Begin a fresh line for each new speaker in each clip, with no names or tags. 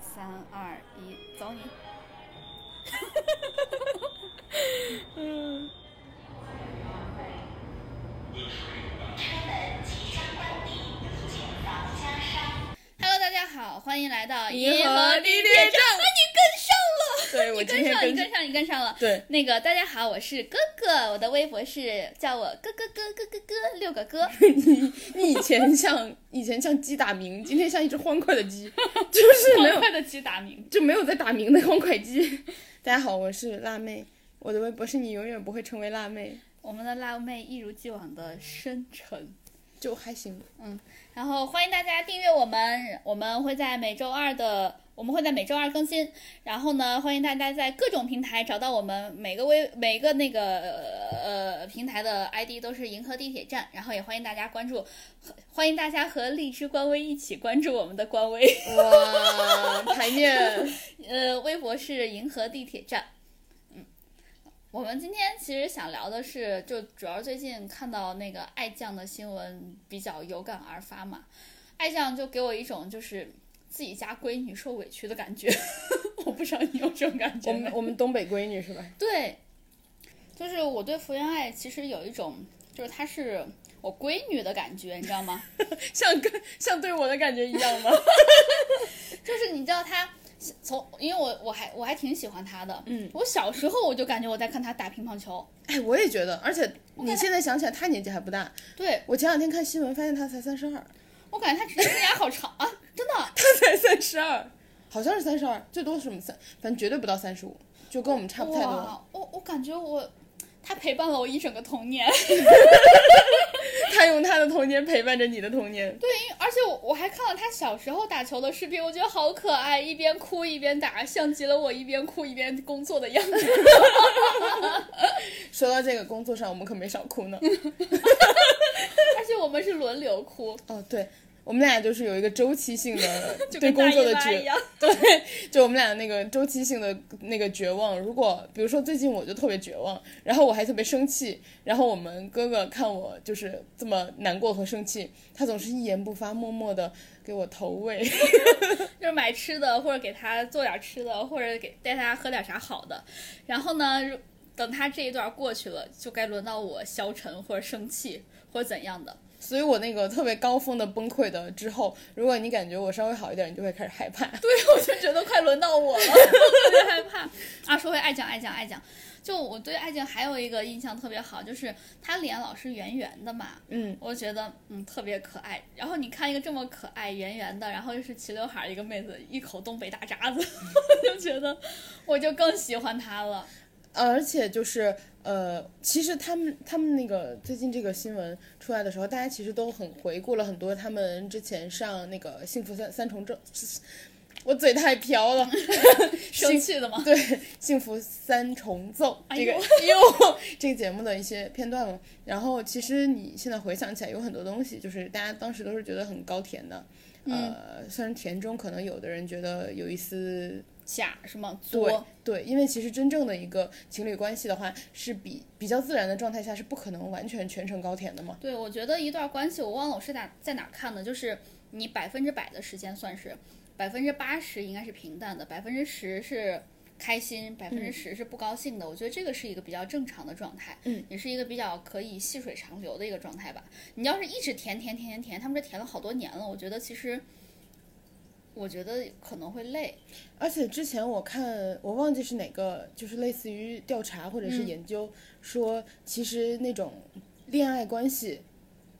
三二一，走你！
嗯，
Hello，大家好，欢迎来到
银河
历
历练
站。
站
那你跟上了，
对我
你
今
跟
天
上，你
跟
跟上，你跟上了。
对，
那个大家好，我是哥哥，我的微博是叫我哥哥哥哥哥哥六个哥。
你以前像以前像鸡打鸣，今天像一只欢快的鸡， 就是没有
快的去打鸣。
就没有在打鸣的欢快鸡。 大家好，我是辣妹，我的微博是你永远不会成为辣妹，
我们的辣妹一如既往的深沉。
就还行。
然后欢迎大家订阅我们，我们会在每周二的，我们会在每周二更新。然后呢，欢迎大家在各种平台找到我们，每个微每个那个呃平台的 ID 都是银河地铁站。然后也欢迎大家关注，欢迎大家和荔枝官微一起关注我们的官微，
哇，台面
呃，微博是银河地铁站。嗯，我们今天其实想聊的是，就主要最近看到那个爱酱的新闻比较有感而发嘛。爱酱就给我一种就是自己家闺女受委屈的感觉， 我不知道你有这种感觉
我
没
们我们东北闺女是吧？
对，就是我对福原爱其实有一种，就是她是我闺女的感觉，你知道吗？
像跟像对我的感觉一样吗？
就是你知道她从，因为我我还我还挺喜欢她的，
嗯，
我小时候我就感觉我在看她打乒乓球，
哎，我也觉得，而且你现在想起来，她年纪还不大。
对
我前两天看新闻，发现她才三十二，
我感觉她职业生涯好 长啊，真的，
她 才三十二，好像是三十二，最多是什么三，反正绝对不到三十五，就跟我们差不太多。
哇，我我感觉我。她陪伴了我一整个童年，
她用她的童年陪伴着你的童年。
对，因为而且我我还看了她小时候打球的视频，我觉得好可爱，一边哭一边打，像极了我一边哭一边工作的样 子。
说到这个工作上，我们可没少哭 呢。
而且我们是轮流哭，
哦，对，我们俩就是有一个周期性的
就
对
跟
工
大
作
姨
的
妈一
绝，
样。
就我们俩那个周期性的那个绝望。如果比如说最近我就特别绝望，然后我还特别生气，然后我们哥哥看我就是这么难过和生气，他总是一言不发，默默的给我投喂。
就是买吃的，或者给他做点吃的，或者给带他喝点啥好的。然后呢，如等他这一段过去了，就该轮到我消沉或者生气或者怎样的。
所以我那个特别高峰的崩溃的之后，如果你感觉我稍微好一点，你就会开始害怕。
对， 我就觉得快轮到我了， 特别害怕啊！说回爱酱，爱酱，爱酱，就我对爱酱还有一个印象特别好，就是她脸老是圆圆的嘛，
嗯，
我觉得嗯特别可爱。然后你看一个这么可爱圆圆的，然后又是齐刘海儿一个妹子，一口东北大碴子， 就觉得我就更喜欢她了。
而且就是呃，其实他们他们那个最近这个新闻出来的时候，大家其实都很回顾了很多他们之前上那个《幸福三三重奏》， 我嘴太瓢了，
生气的吗？
对，《幸福三重奏》
哎
这
呦
个哟这个节目的一些片段嘛。然后其实你现在回想起来，有很多东西就是大家当时都是觉得很高甜的，
嗯
呃，虽然甜中可能有的人觉得有一丝
假是吗？
对
作
对，因为其实真正的一个情侣关系的话，是比比较自然的状态下是不可能完全全程高甜的嘛。
对，我觉得一段关系，我忘了我是哪在哪看的，就是你百分之百的时间算是百分之八十应该是平淡的，百分之十是开心，百分之十是不高兴的。我觉得这个是一个比较正常的状态，
嗯，
也是一个比较可以细水长流的一个状态吧。你要是一直甜甜甜甜甜，他们这甜了好多年了，我觉得其实。我觉得可能会累，
而且之前我看我忘记是哪个，就是类似于调查或者是研究、说，其实那种恋爱关系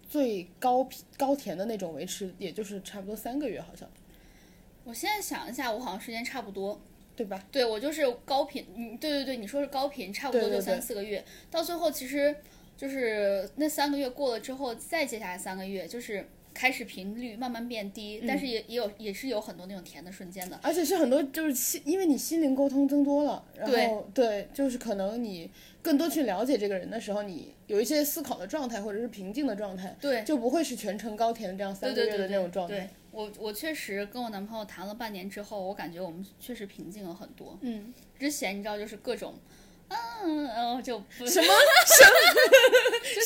最高频高甜的那种维持，也就是差不多三个月，好像
我现在想一下，我好像时间差不多，
对吧？
对我就是高频，嗯，对对对，你说是高频，差不多
对对
就
对
三四个月，到最后其实就是那三个月过了之后，再接下来三个月就是开始频率慢慢变低，但
嗯
是也也有也是有很多那种甜的瞬间的，
而且是很多就是心，因为你心灵沟通增多了，然
对
后对，就是可能你更多去了解这个人的时候，你有一些思考的状态或者是平静的状态，
对。
就不会是全程高甜的这样
对
三个
对
月
对
的那
对
种状态。
对我我确实跟我男朋友谈了半年之后，我感觉我们确实平静了很多。
嗯，
之前你知道就是各种，啊，嗯，然后就不
什么什么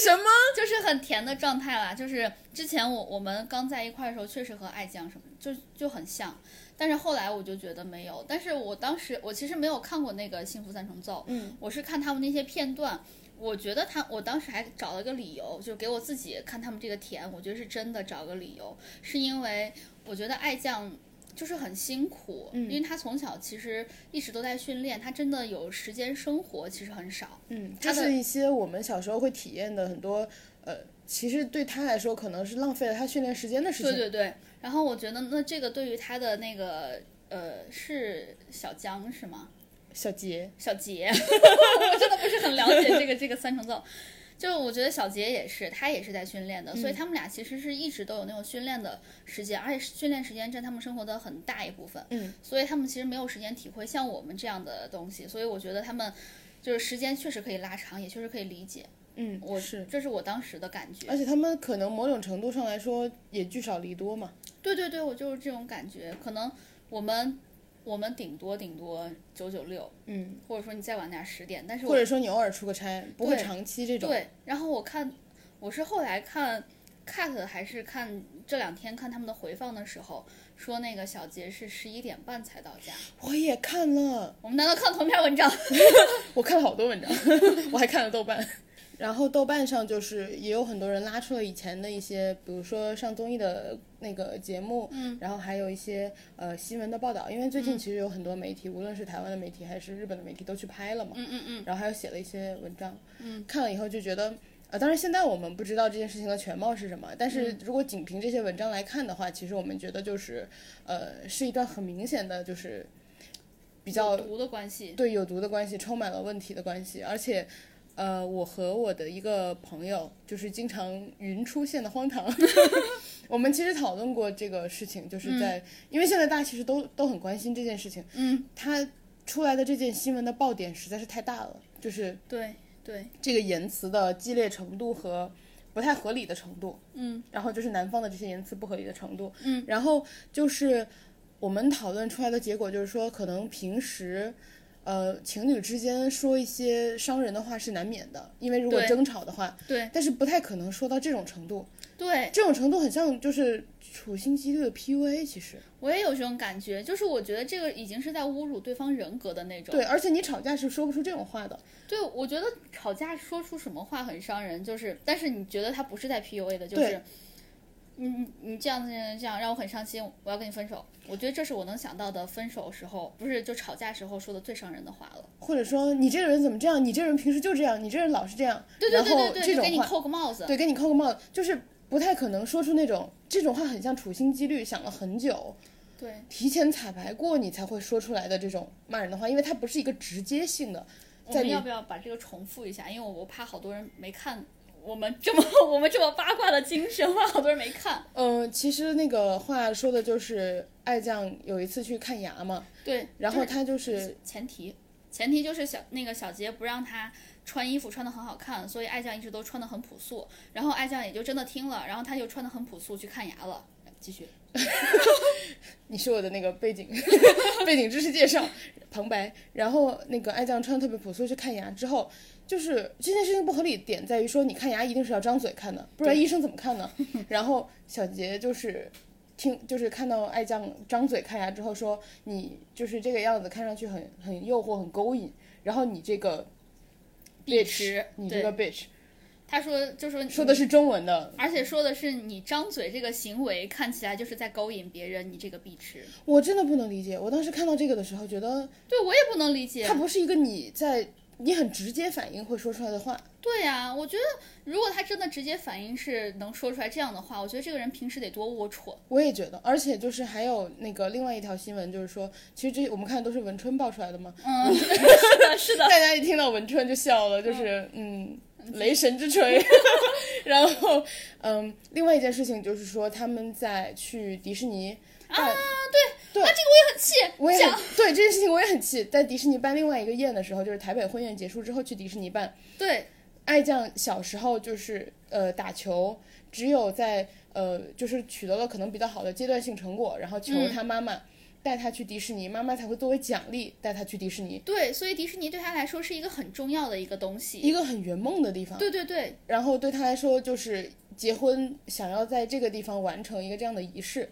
什么？
就是很甜的状态啦。就是之前我我们刚在一块儿的时候，确实和爱酱什么就就很像，但是后来我就觉得没有。但是我当时我其实没有看过那个《幸福三重奏》，
嗯，
我是看他们那些片段。我觉得他，我当时还找了个理由，就是给我自己看他们这个甜，我觉得是真的找个理由，是因为我觉得爱酱就是很辛苦，
嗯
因为他从小其实一直都在训练，他真的有时间生活其实很少，
嗯，
它
就
的
是一些我们小时候会体验的很多，呃，其实对他来说可能是浪费了他训练时间的事情。
对对对，然后我觉得那这个对于他的那个呃是小江是吗？
小杰，
小杰， 我真的不是很了解这个这个三重奏。就我觉得小杰也是，他也是在训练的，所以
嗯
他们俩其实是一直都有那种训练的时间，而且训练时间占他们生活的很大一部分。
嗯，
所以他们其实没有时间体会像我们这样的东西，所以我觉得他们就是时间确实可以拉长，也确实可以理解。
嗯，
我
是，
这是我当时的感觉。
而且他们可能某种程度上来说也聚少离多嘛。
对对对，我就是这种感觉。可能我们我们顶多顶多九九六，
嗯，
或者说你再晚点十点，但是我
或者说你偶尔出个差，不会
对
长期这种。
对，然后我看我是后来看 cut 还是看这两天看他们的回放的时候，说那个小杰是十一点半才到家。
我也看了，
我们难道看同篇文章？
我看了好多文 章，我还看了豆瓣。然后豆瓣上就是也有很多人拉出了以前的一些，比如说上综艺的那个节目，嗯，然后还有一些呃新闻的报道，因为最近其实有很多媒体，无论是台湾的媒体还是日本的媒体都去拍了嘛，
嗯嗯嗯，
然后还有写了一些文章，嗯，看了以后就觉得，呃，当然现在我们不知道这件事情的全貌是什么，但是如果仅凭这些文章来看的话，其实我们觉得就是，呃，是一段很明显的就是比较
有毒的关系。
对有毒的关系，充满了问题的关系，而且，呃，我和我的一个朋友，就是经常云出现 的荒唐，我们其实讨论过这个事情，就是在、因为现在大家其实都都很关心这件事情，
嗯，
他出来的这件新闻的爆点实在是太大了，就是
对对，
这个言辞的激烈程度和不太合理的程度，
嗯，
然后就是南方的这些言辞不合理的程度，
嗯，
然后就是我们讨论出来的结果就是说，可能平时。呃，情侣之间说一些伤人的话是难免的，因为如果
对
争吵的话，
对哎
但是不太可能说到这种程度。
对，
这种程度很像就是处心积虑的 PUA，其实
我也有这种感觉，就是我觉得这个已经是在侮辱对方人格的那种。
对，而且你吵架是说不出这种话的。
对，我觉得吵架说出什么话很伤人，就是，但是你觉得他不是在 PUA 的，就
对
是，你你你这样子这样让我很伤心，我要跟你分手。我觉得这是我能想到的分手时候，不是就吵架时候说的最伤人的话了。
或者说你这个人怎么这样？你这个人平时就这样，你这个人老是这样，
对对对
然后
对对，
这
就
种
给你
话
扣个帽子。
对，给你扣个帽子，就是不太可能说出那种这种话，很像处心积虑，想了很久，
对
提前彩排过你才会说出来的这种骂人的话，因为它不是一个直接性的，
我
在
们
你
要不要把这个重复一下？因为我我怕好多人没看我们这么 我们这么八卦的精神，怕好多人没看。
嗯、其实那个话说的就是爱酱有一次去看牙嘛，
对，
然
就
后
是
他就是
前提，前提就是小那个小杰不让他穿衣服穿的很好看，所以爱酱一直都穿的很朴素，然后爱酱也就真的听了，然后他就穿的很朴素去看牙了。继续，
你是我的那个背景 背景知识介绍，旁白。然后那个爱酱穿得特别朴素去看牙之后，就是这件事情不合理点在于说，你看牙一定是要张嘴看的，不然医生怎么看呢？然后小杰就是听，就是看到爱酱张嘴看牙之后说，你就是这个样子，看上去很很诱惑，很勾引。然后你这个 bitch，
直
你这
对
个 bitch
他说就说
说的是中文的，
而且说的是你张嘴这个行为看起来就是在勾引别人，你这个必吃。
我真的不能理解。我当时看到这个的时候，觉得
对我也不能理解
它。不是一个你在你很直接反应会说出来的话。
对呀、我觉得如果他真的直接反应是能说出来这样的话，我觉得这个人平时得多龌 龊。
我也觉得，而且就是还有那个另外一条新闻，就是说，其实这些我们看的都是文春爆出来的嘛，
嗯，是的，是的。
大家一听到文春就笑了，就是嗯，雷神之锤。然后，嗯，另外一件事情就是说，他们在去迪士尼办，
很气，
我也很对这件事情我也很气，在迪士尼办另外一个宴的时候，就是台北婚宴结束之后去迪士尼办，
对
爱酱小时候就是呃打球，只有在呃就是取得了可能比较好的阶段性成果，然后求他妈妈。带他去迪士尼，妈妈才会作为奖励带他去迪士尼，
对，所以迪士尼对他来说是一个很重要的一个东西。
一个很圆梦的地方。
对对对，
然后对他来说就是结婚，想要在这个地方完成一个这样的仪式。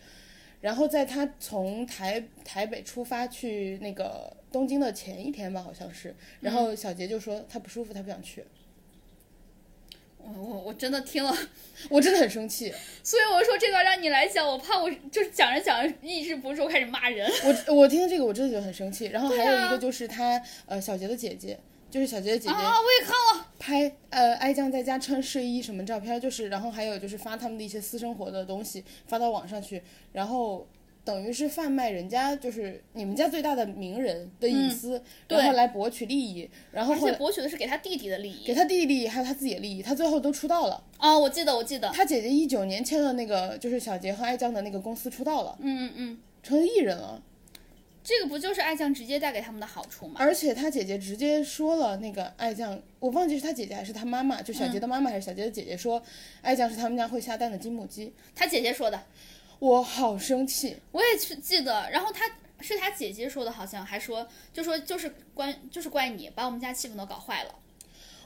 然后在他从台台北出发去那个东京的前一天吧，好像是。然后小杰就说他不舒服，他不想去。
我我我真的听了，
我真的很生气，
所以我说这段让你来讲，我怕我就是讲着讲着抑制不住开始骂人。
我我听这个我真的觉得很生气。然后还有一个就是他呃小杰的姐姐，就是小杰的姐姐
啊啊，我也看了，
拍呃爱酱在家穿睡衣什么照片，就是然后还有就是发他们的一些私生活的东西发到网上去，然后等于是贩卖人家就是你们家最大的名人的隐私，
嗯对
然后来博取利益，然后
而
后
且
来
博取的是给他弟弟的利益
给他弟弟利益还有他自己的利益，他最后都出道了。
啊，我记得我记得，
他姐姐一九年签了那个就是小杰和爱酱的那个公司出道了，
嗯嗯嗯，
成艺人了，
这个不就是爱酱直接带给他们的好处吗？
而且他姐姐直接说了，那个爱酱，我忘记是他姐姐还是他妈妈，就小
嗯
杰的妈妈还是小杰的姐姐说，爱酱是他们家会下蛋的金母鸡，
他姐姐说的，
我好生气。
我也去记得，然后他是他姐姐说的，好像还说就说就是关就是怪你把我们家气氛都搞坏了。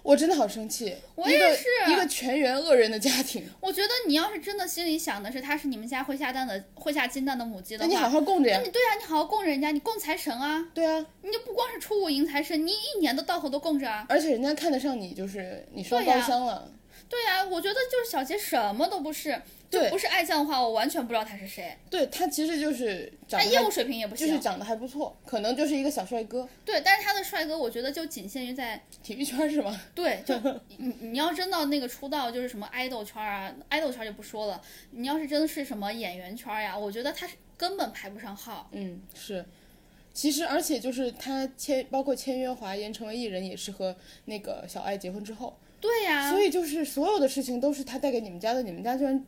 我真的好生气，
我也是
一个一个全员恶人的 家庭，
我觉得你要是真的心里想的是他是你们家会下蛋的会下金蛋的母鸡的
那
话，
你好好供着
那
呀。
你对啊，你好好供着人家，你供财神啊，
对啊，
你就不光是初五迎财神，你一年的到头都供着啊。
而且人家看得上你，就是你双
对呀
高香了。
对啊，我觉得就是小杰什么都不是，
对
不是爱酱的话，我完全不知道他是谁，
对他其实就是长
他
得
业务
还
水平也不
就
行。
是长得还不错，可能就是一个小帅哥，
对，但是他的帅哥，我觉得就仅限于 在
体育圈是吗？
对，就你你要真到那个出道，就是什么爱豆圈啊，爱豆圈就不说了，你要是真的是什么演员圈呀、我觉得他是根本排不上号。
嗯，是。其实，而且就是他签，包括签约华研成为艺人，也是和那个小爱结婚之后，
对呀、
所以就是所有的事情都是他带给你们家的，你们家居然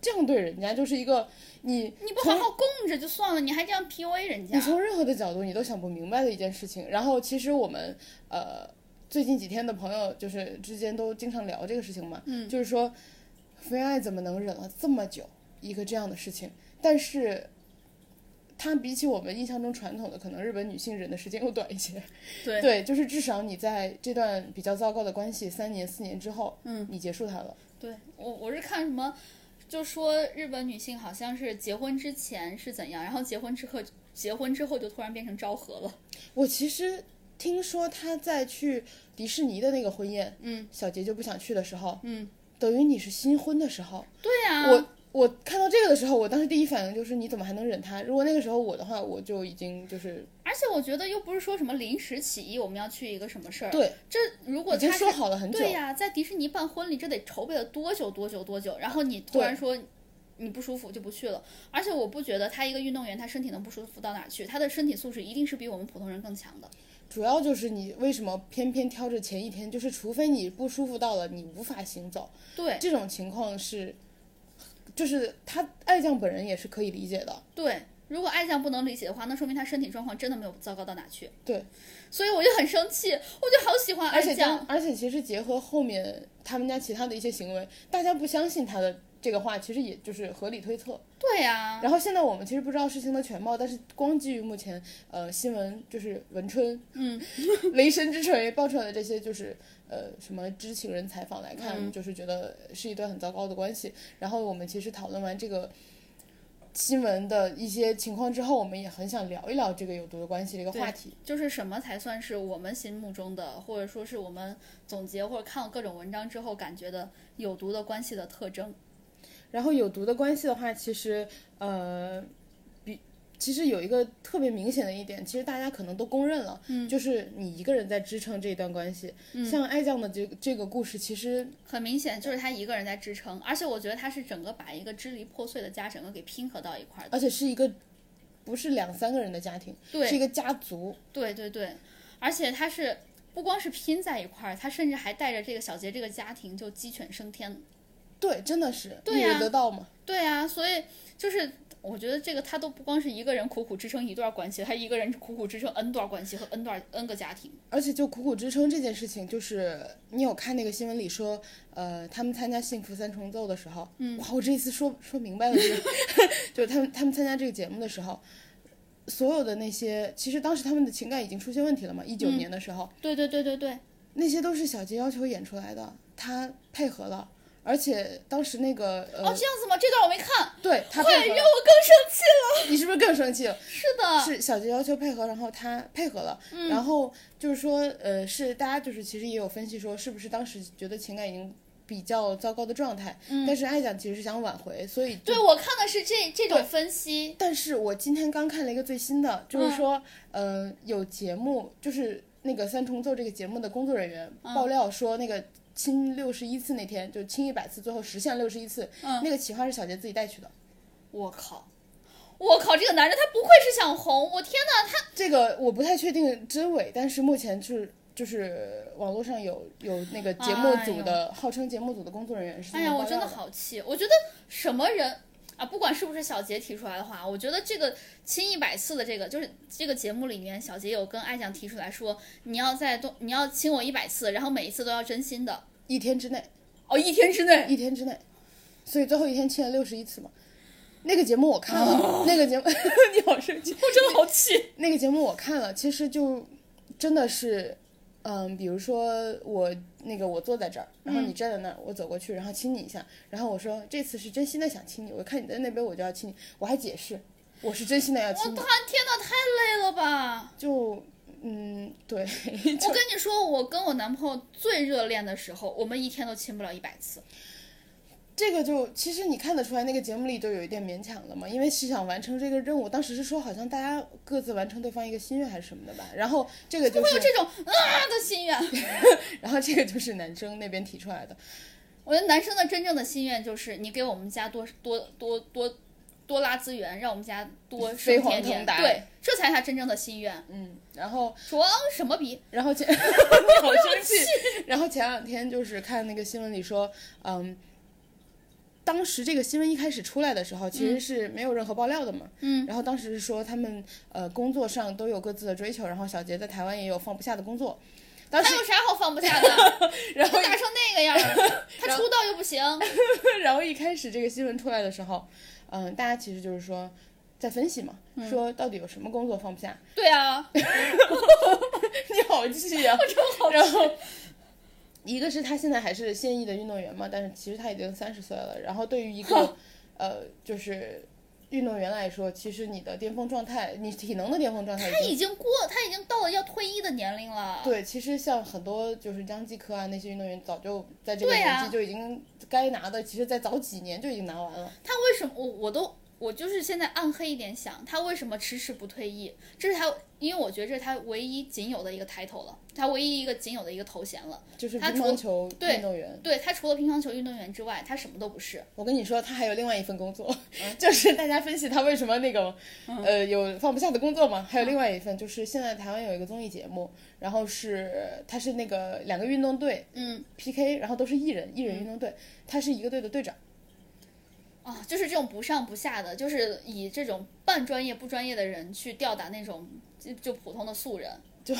这样对人家，就是一个你
你不好好供着就算了，你还这样 PUA 人家
你，从任何的角度你都想不明白的一件事情。然后其实我们呃最近几天的朋友就是之间都经常聊这个事情嘛，
嗯
就是说福原爱怎么能忍了这么久一个这样的事情？但是她比起我们印象中传统的可能日本女性忍的时间又短一些，
对
对，就是至少你在这段比较糟糕的关系三年四年之后，
嗯，
你结束它了，
对我我是看什么，就说日本女性好像是结婚之前是怎样，然后结婚之后结婚之后就突然变成昭和了。
我其实听说他在去迪士尼的那个婚宴，
嗯，
小杰就不想去的时候，
嗯，啊
等于你是新婚的时候，
对呀、
我我看到这个的时候，我当时第一反应就是你怎么还能忍他？如果那个时候我的话，我就已经就是
而且我觉得又不是说什么临时起意我们要去一个什么事儿，
对，
这如果
已经
他是
说好了很久，
对呀、在迪士尼办婚礼，这得筹备了多久多久多久？然后你突然
对
说你不舒服就不去了，而且我不觉得他一个运动员，他身体能不舒服到哪儿去？他的身体素质一定是比我们普通人更强的。
主要就是你为什么偏偏挑着前一天？就是除非你不舒服到了你无法行走，
对
这种情况是，就是他爱酱本人也是可以理解的。
对，如果爱酱不能理解的话，那说明他身体状况真的没有糟糕到哪去。
对，
所以我就很生气，我就好喜欢
而
爱
且当
酱。
而且其实结合后面他们家其他的一些行为，大家不相信他的这个话，其实也就是合理推测。
对啊呀、
然后现在我们其实不知道事情的全貌，但是光基于目前呃新闻就是文春，
嗯，
雷声之锤爆出来的这些就是呃什么知情人采访来看，
嗯
就是觉得是一段很糟糕的关系。然后我们其实讨论完这个。新闻的一些情况之后，我们也很想聊一聊这个有毒的关系这个话
对
题。
就是什么才算是我们心目中的，或者说是我们总结或者看了各种文章之后感觉的有毒的关系的特征？
然后有毒的关系的话，其实呃，比其实有一个特别明显的一点，其实大家可能都公认了，
嗯
就是你一个人在支撑这一段关系。
嗯
像爱酱的这个这个故事，其实
很明显就是他一个人在支撑，而且我觉得他是整个把一个支离破碎的家整个给拼合到一块儿的。
而且是一个不是两三个人的家庭，是一
对
个家族。
对对对，而且他是不光是拼在一块儿，他甚至还带着这个小杰这个家庭就鸡犬升天。
对，真的是
对
一
呀
人得道嘛。
对啊，所以就是我觉得这个他都不光是一个人苦苦支撑一段关系，他一个人苦苦支撑 n 段关系和 n 段 n 个家庭。
而且就苦苦支撑这件事情，就是你有看那个新闻里说，呃，他们参加《幸福三重奏》的时候， 嗯，哇，我这一次说说明白了，就是就是他们他们参加这个节目的时候，所有的那些，其实当时他们的情感已经出现问题了嘛，一九年的时候，
哦对对对对对，
那些都是小杰要求演出来的，他配合了，而且当时那个呃，
哦，这样子吗？这段我没看，
对他
快
配
让
合，
我更生气了。
你是不是更生气了？
是的，
是小杰要求配合，然后他配合了，然后就是说，呃，是大家就是其实也有分析说，是不是当时觉得情感已经比较糟糕的状态，但是艾酱其实是想挽回，所以就
对我看的是这这种
对
分析，
但是我今天刚看了一个最新的，就是说，呃，有节目，就是那个三重奏这个节目的工作人员爆料说，那个亲六十一次那天，就亲一百次，最后实现六十一次，那个企划是小杰自己带去的。
我靠，我靠，这个男人他不愧是想红，我天哪，他
这个我不太确定真伪，但是目前是就是网络上有有那个节目组的、号称节目组的工作人员是这
哎
么
呀，
爆料
我真
的
的好气！我觉得什么人啊，不管是不是小杰提出来的话，我觉得这个亲一百次的这个，就是这个节目里面，小杰有跟艾酱提出来说，你要在东，你要亲我一百次，然后每一次都要真心的。
一天之内，
哦，一天之内，
一天之内，所以最后一天亲了六十一次嘛。那个节目我看了，
哦
那个节目 你好生气，
我真的好气。
那个节目我看了，其实就真的是，嗯，比如说我那个我坐在这儿，然后
嗯
你站在那儿，我走过去，然后亲你一下，然后我说这次是真心的想亲你，我看你在那边我就要亲你，我还解释我是真心的要
我
亲你，
他天哪，太累了吧！
就嗯对，
我跟你说，我跟我男朋友最热恋的时候，我们一天都亲不了一百次。
这个就其实你看得出来，那个节目里就有一点勉强了嘛，因为是想完成这个任务，当时是说好像大家各自完成对方一个心愿还是什么的吧，然后这个就
会有
是
这种啊的心愿。
然后这个就是男生那边提出来的，
我觉得男生的真正的心愿就是你给我们家多多多多多拉资源，让我们家多
飞
升
黄
天
腾
天。
达
对，这才是他真正的心愿。
嗯，然后
装什么逼？
然 后前，你好生气。然后前两天就是看那个新闻里说，嗯，当时这个新闻一开始出来的时候，其实是没有任何爆料的嘛。
嗯。
然后当时是说他们呃工作上都有各自的追求，然后小杰在台湾也有放不下的工作。当时
他，有啥好放不下的？
然后
他打成那个样儿，他出道又不行。
然后一开始这个新闻出来的时候，嗯、大家其实就是说在分析嘛，说到底有什么工作放不下？
对啊，
你好气呀、
我真好
然后，一个是他现在还是现役的运动员嘛，但是其实他已经三十岁了。然后对于一个呃，就是运动员来说，其实你的巅峰状态，你体能的巅峰状态已
他
经。
已经过，他已经到了要退役的年龄了。
对，其实像很多就是张继科啊那些运动员，早就在这个
对啊
年
呀
纪就已经该拿的，其实在早几年就已经拿完了。
他为什么我我都我就是现在暗黑一点想，他为什么迟迟不退役？这是他，因为我觉得这是他唯一仅有的一个 title 了，他唯一一个仅有的一个头衔了。
就是
他
乒
除
乓球
对
运动员，
对他除了乒乓球运动员之外，他什么都不是。
我跟你说，他还有另外一份工作，
嗯
就是大家分析他为什么那个，呃，有放不下的工作嘛。
嗯
还有另外一份，就是现在台湾有一个综艺节目，然后是他是那个两个运动队
嗯，
PK，然后都是艺人，艺人运动队，他是一个队的队长。
啊，就是这种不上不下的，就是以这种半专业不专业的人去吊打那种就就普通的素人，
就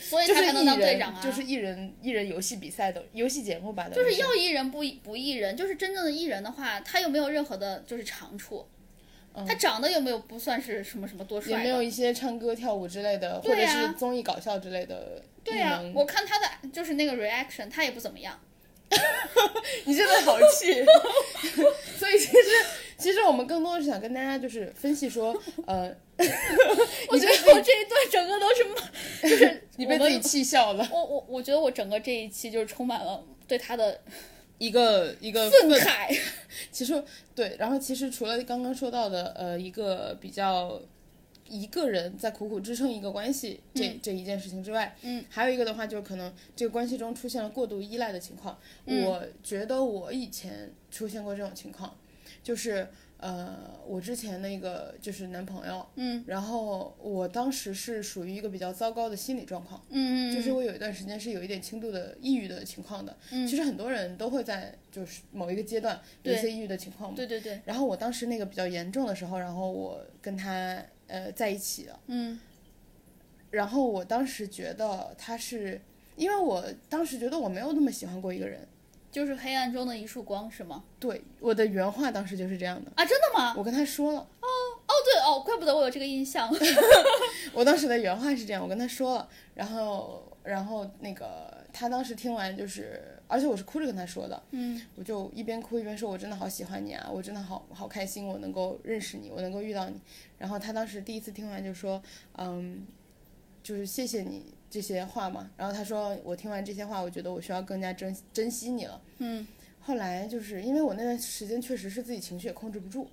所以
就
他
是
才能
艺
当
人，
队长啊。
就是艺人艺人游戏比赛的游戏节目吧，
就
就是
要艺人不不艺人，就是真正的艺人的话，他又没有任何的就是长处，他长得又没有不算是什么什么多帅
嗯也
的，
没有一些唱歌跳舞之类的，或
对
者
呀
是综艺搞笑之类的嗯
对啊
艺
呀、
能
我看他的就是那个 reaction，他也不怎么样。
你真的好气。 所以其实其实我们更多的是想跟大家就是分析说，呃，
我觉得我这一段整个都是骂，就是
你被
我
自
们
己气笑了，
我我我觉得我整个这一期就是充满了对他的
一个一个
愤
愤。
慨。
其实对，然后其实除了刚刚说到的，呃，一个比较一个人在苦苦支撑一个关系这、这一件事情之外，
嗯，
还有一个的话就是可能这个关系中出现了过度依赖的情况。
嗯
我觉得我以前出现过这种情况，就是呃，我之前那个就是男朋友，
嗯
然后我当时是属于一个比较糟糕的心理状况，
嗯嗯，
就是我有一段时间是有一点轻度的抑郁的情况的。
嗯
其实很多人都会在就是某一个阶段有一
对
些抑郁的情况嘛。
对对对，
然后我当时那个比较严重的时候，然后我跟他呃在一起了，
嗯
然后我当时觉得他是，因为我当时觉得我没有那么喜欢过一个人，
就是黑暗中的一束光是吗？
对，我的原话当时就是这样的，
啊，真的吗？
我跟他说了，
哦，对哦，怪不得我有这个印 象。
我当时的原话是这样，我跟他说了，然后然后那个他当时听完就是，而且我是哭着跟他说的，
嗯，
我就一边哭一边说，我真的好喜欢你啊，我真的好好开心，我能够认识你，我能够遇到你。然后他当时第一次听完就说，嗯，就是谢谢你这些话嘛。然后他说，我听完这些话，我觉得我需要更加珍珍惜你了。
嗯，
后来就是因为我那段时间确实是自己情绪也控制不住，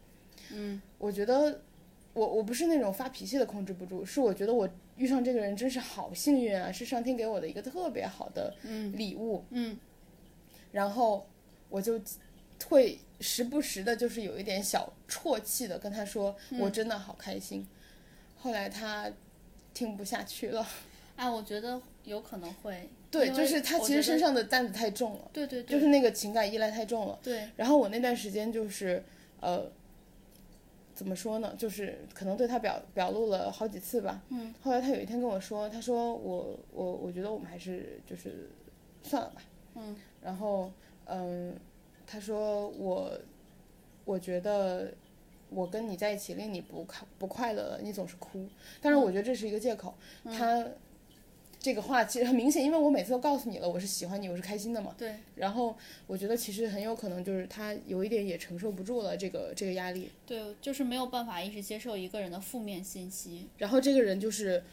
嗯，我觉得我我不是那种发脾气的控制不住，是我觉得我遇上这个人真是好幸运啊，是上天给我的一个特别好的礼物，
嗯
然后我就会时不时的，就是有一点小啜泣的跟他说，
嗯
我真的好开心。后来他听不下去了，
哎，我觉得有可能会。
对，
因为
就是他
我
其
觉
实
得
身上的担子太重了，
对对对，
就是那个情感依赖太重了。
对，
然后我那段时间就是呃，怎么说呢，就是可能对他表表露了好几次吧。
嗯。
后来他有一天跟我说，他说我我我觉得我们还是就是算了吧。
嗯。
然后嗯、他说我我觉得。我跟你在一起令你不快不快乐了，你总是哭。但
嗯
是我觉得这是一个借口。他这个话其实很明显，因为我每次都告诉你了，我是喜欢你，我是开心的嘛。
对，
然后我觉得其实很有可能就是他有一点也承受不住了这个这个压力，
对，就是没有办法一直接受一个人的负面信息。
然后这个人就是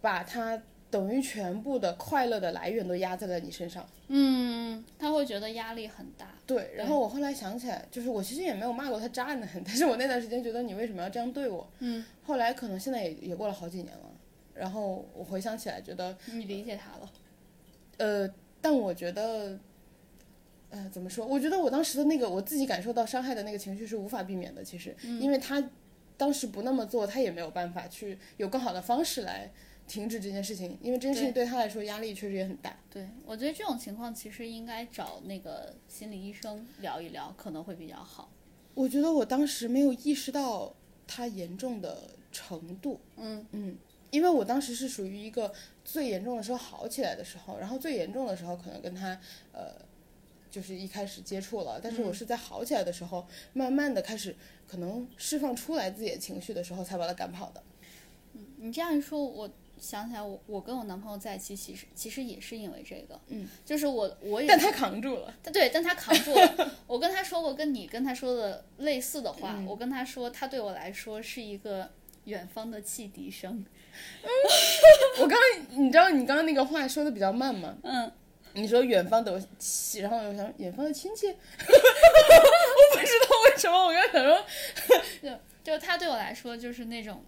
把他等于全部的快乐的来源都压在了你身上。
嗯，他会觉得压力很大。
对，然后我后来想起来，就是我其实也没有骂过他渣男， 但是我那段时间觉得你为什么要这样对我？
嗯，
后来可能现在也也过了好几年了，然后我回想起来觉得，
你理解他了。
呃，但我觉得。呃，怎么说？我觉得我当时的那个我自己感受到伤害的那个情绪是无法避免的。其实，因为他当时不那么做，他也没有办法去有更好的方式来停止这件事情，因为这件事情对他来说压力确实也很大。
对，我觉得这种情况其实应该找那个心理医生聊一聊，可能会比较好。
我觉得我当时没有意识到他严重的程度。
嗯
嗯，因为我当时是属于一个最严重的时候好起来的时候，然后最严重的时候可能跟他呃。就是一开始接触了，但
嗯
是我是在好起来的时候，慢慢的开始可能释放出来自己的情绪的时候，才把他赶跑的。
你这样一说，我想起来我，我跟我男朋友在一起，其实其实也是因为这个。
嗯，
就是我我也
但他扛 住了。
但对，但他扛住了。我跟他说过跟你跟他说的类似的话，我跟他说，他对我来说是一个远方的汽笛声。
我刚刚，你知道你刚刚那个话说的比较慢吗？
嗯，
你说远方的亲，然后我想远方的亲戚， 我不知道为什么我刚想说，
就就他对我来说就是那种，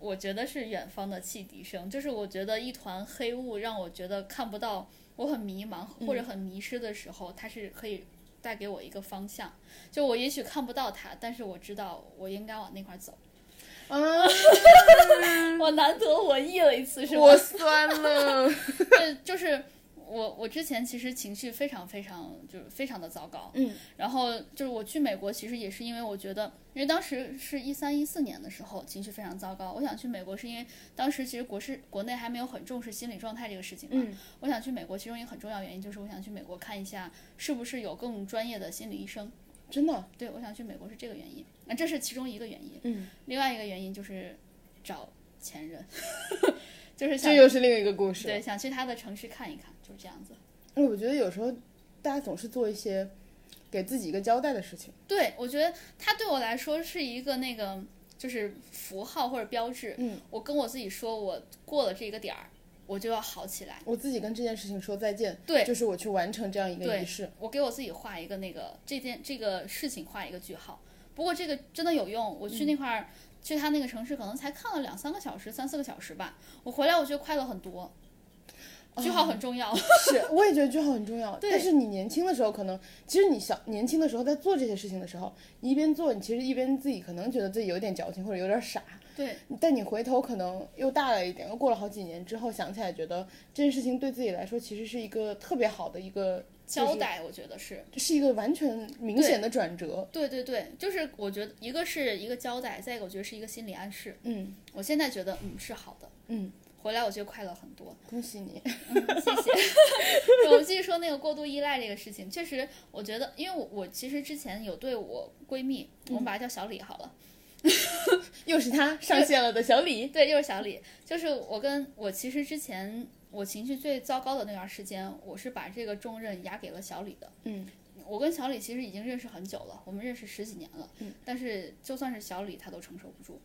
我觉得是远方的汽笛声，就是我觉得一团黑雾让我觉得看不到，我很迷茫或者很迷失的时候，它是可以带给我一个方向。就我也许看不到它，但是我知道我应该往那块儿走。
啊，
我难得文艺了一次，是吧？
我酸了，
对，就是我我之前其实情绪非常非常就是非常的糟糕，
嗯，
然后就是我去美国其实也是因为我觉得，因为当时是一三一四年的时候情绪非常糟糕，我想去美国是因为当时其实国是国内还没有很重视心理状态这个事情嘛，
嗯
我想去美国其中一个很重要原因就是我想去美国看一下是不是有更专业的心理医生，
真的，
对我想去美国是这个原因，那这是其中一个原因，
嗯，
另外一个原因就是找前任， 就是想
这又是另一个故事。
对，想去他的城市看一看，就是这样子。
哎，我觉得有时候大家总是做一些给自己一个交代的事情。
对，我觉得它对我来说是一个那个就是符号或者标志。
嗯，
我跟我自己说，我过了这个点儿，我就要好起来。
我自己跟这件事情说再见，
对
就是我去完成这样一个
对
仪式。
我给我自己画一个那个这件这个事情画一个句号。不过这个真的有用，我
嗯
去那块儿、去他那个城市，可能才看了两三个小时、三四个小时吧。我回来我觉得快乐很多，
哦
句号很重 要。
是，我也觉得句号很重要。
对
但是你年轻的时候，可能其实你小年轻的时候在做这些事情的时候，你一边做，你其实一边自己可能觉得自己有点矫情或者有点傻，
对
但你回头可能又大了一点，又过了好几年之后想起来，觉得这件事情对自己来说其实是一个特别好的一个
交，代，我觉得是。
就是是一个完全明显的转折。
对对对，就是我觉得一个是一个交代，再一个我觉得是一个心理暗示。
嗯
我现在觉得嗯是好的，
嗯，
回来我觉得快乐很多。
恭喜你。
嗯，谢谢。对我们继续说那个过度依赖这个事情，确实，我觉得，因为我我其实之前有对我闺蜜，我们把她叫小李好了，
又是他上线了的小李，
对，就是小李，就是我跟我其实之前我情绪最糟糕的那段时间，我是把这个重任压给了小李的。
嗯，
我跟小李其实已经认识很久了，我们认识十几年了。嗯，但是就算是小李，他都承受不住，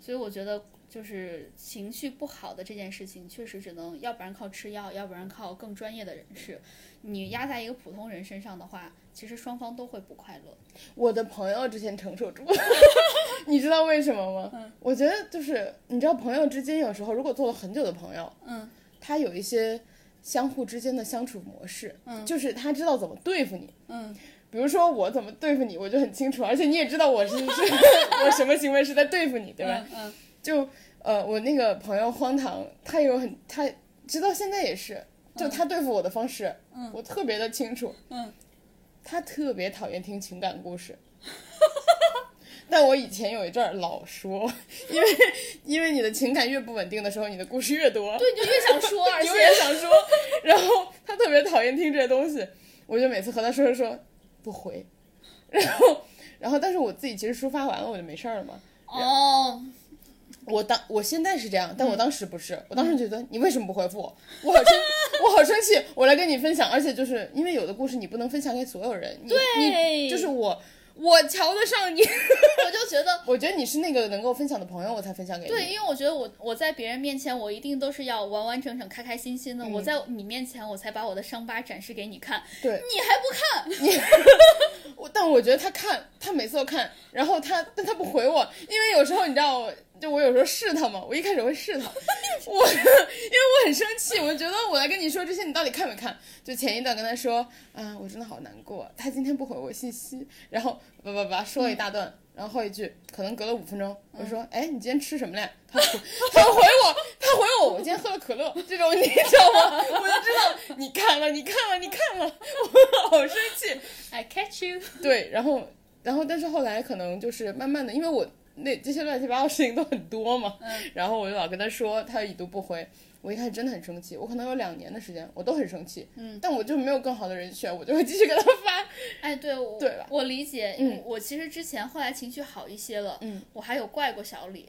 所以我觉得就是情绪不好的这件事情，确实只能要不然靠吃药，要不然靠更专业的人士。你压在一个普通人身上的话，其实双方都会不快乐。
我的朋友之前承受住， 嗯你知道为什么吗？我觉得就是你知道，朋友之间有时候如果做了很久的朋友，
嗯，
他有一些相互之间的相处模式，嗯，就是他知道怎么对付你，
嗯，
比如说我怎么对付你，我就很清楚，而且你也知道我是是 我什么行为是在对付你，对吧？
嗯嗯
就呃，我那个朋友荒唐，他有很他直到现在也是，就他对付我的方式，
嗯
我特别的清楚，
嗯，
他特别讨厌听情感故事。 但我以前有一阵儿老说，因为因为你的情感越不稳定的时候，你的故事越多，
对，你就越想 说，而且
永远想说。然后他特别讨厌听这些东西，我就每次和他说说不回， 然后然后但是我自己其实抒发完了我就没事儿了嘛。
哦，
我当我现在是这样，
嗯
但我当时不是，我当时觉得你为什么不回复我？我好 生，我好生气，我来跟你分享，而且就是因为有的故事你不能分享给所有人，你
对
你就是我，我瞧得上你，
我就觉得
我觉得你是那个能够分享的朋友，我才分享给你。
对，因为我觉得我我在别人面前，我一定都是要完完整整、开开心心的。我在你面前，我才把我的伤疤展示给你看，
对，
你还不看，
我但我觉得他看，他每次都看，然后他但他不回我，因为有时候你知道我，就我有时候试他嘛，我一开始会试他，我因为我很生气，我觉得我来跟你说这些，你到底看没看？就前一段跟他说，啊、我真的好难过，他今天不回我信息，然后叭叭叭说了一大段。然后后一句，可能隔了五分钟，我说：“哎，你今天吃什么嘞？”他回他回我，他回我，我今天喝了可乐，这种你知道吗？我就知道你看了，你看了，你看了， 我好生气。
I catch you。
对，然后然后但是后来可能就是慢慢的，因为我那这些乱七八糟事情都很多嘛，
嗯
然后我就老跟他说，他已读不回。我一开始真的很生气，我可能有两年的时间，我都很生气，嗯，但我就没有更好的人选，我就会继续给他发，
哎，对，我
对吧
我理解，因为我其实之前后来情绪好一些了，嗯，我还有怪过小李，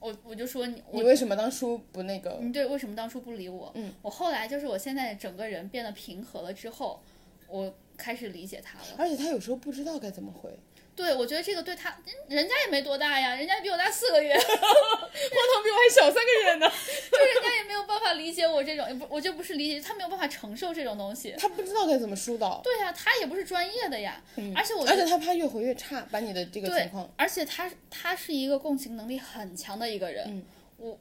我我就说你
你
我。嗯
为什么当初不那个？
你对为什么当初不理我？嗯，我后来就是我现在整个人变得平和了之后，我开始理解他了。
而且他有时候不知道该怎么
嗯
回，
对，我觉得这个对他，人人家也没多大呀，人家比我大四个月，
光头比我还小三 个月呢，
就人家也没有办法理解我这种，也不，我就不是理解，他没有办法承受这种东西。
他不知道该怎么疏导，
对呀、他也不是专业的呀，而且我觉
哦嗯而且
得
他怕越回越差，把你的这个情
对
况，，
而且他他是一个共情能力很强的一个人，
嗯
我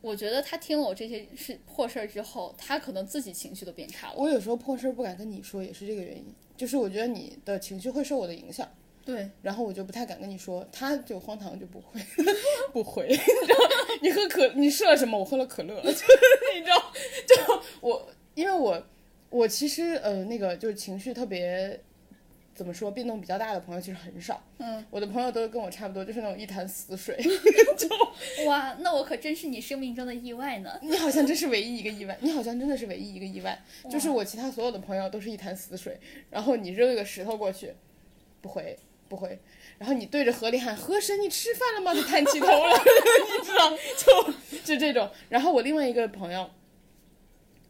我觉得他听了我这些事破事儿之后，他可能自己情绪都变差了。
我有时候破事儿不敢跟你说，也是这个原因，就是我觉得你的情绪会受我的影响。
对，
然后我就不太敢跟你说，他就荒唐就不会 不回， 你知道你喝可你吃了什么？我喝了 可乐，就是你知道，就我因为我我其实呃那个就是情绪特别怎么说变动比较大的朋友其实很少，
嗯，
我的朋友都跟我差不多，就是那种一潭死水。
哇，那我可真是你生命中的意外呢。
你好像真是唯一一个意外，你好像真的是唯一一个意外，就是我其他所有的朋友都是一潭死水，然后你扔一个石头过去，不回不回，然后你对着河里喊河神，你吃饭了吗？就探起头了， 你知道，就就这种。然后我另外一个朋友。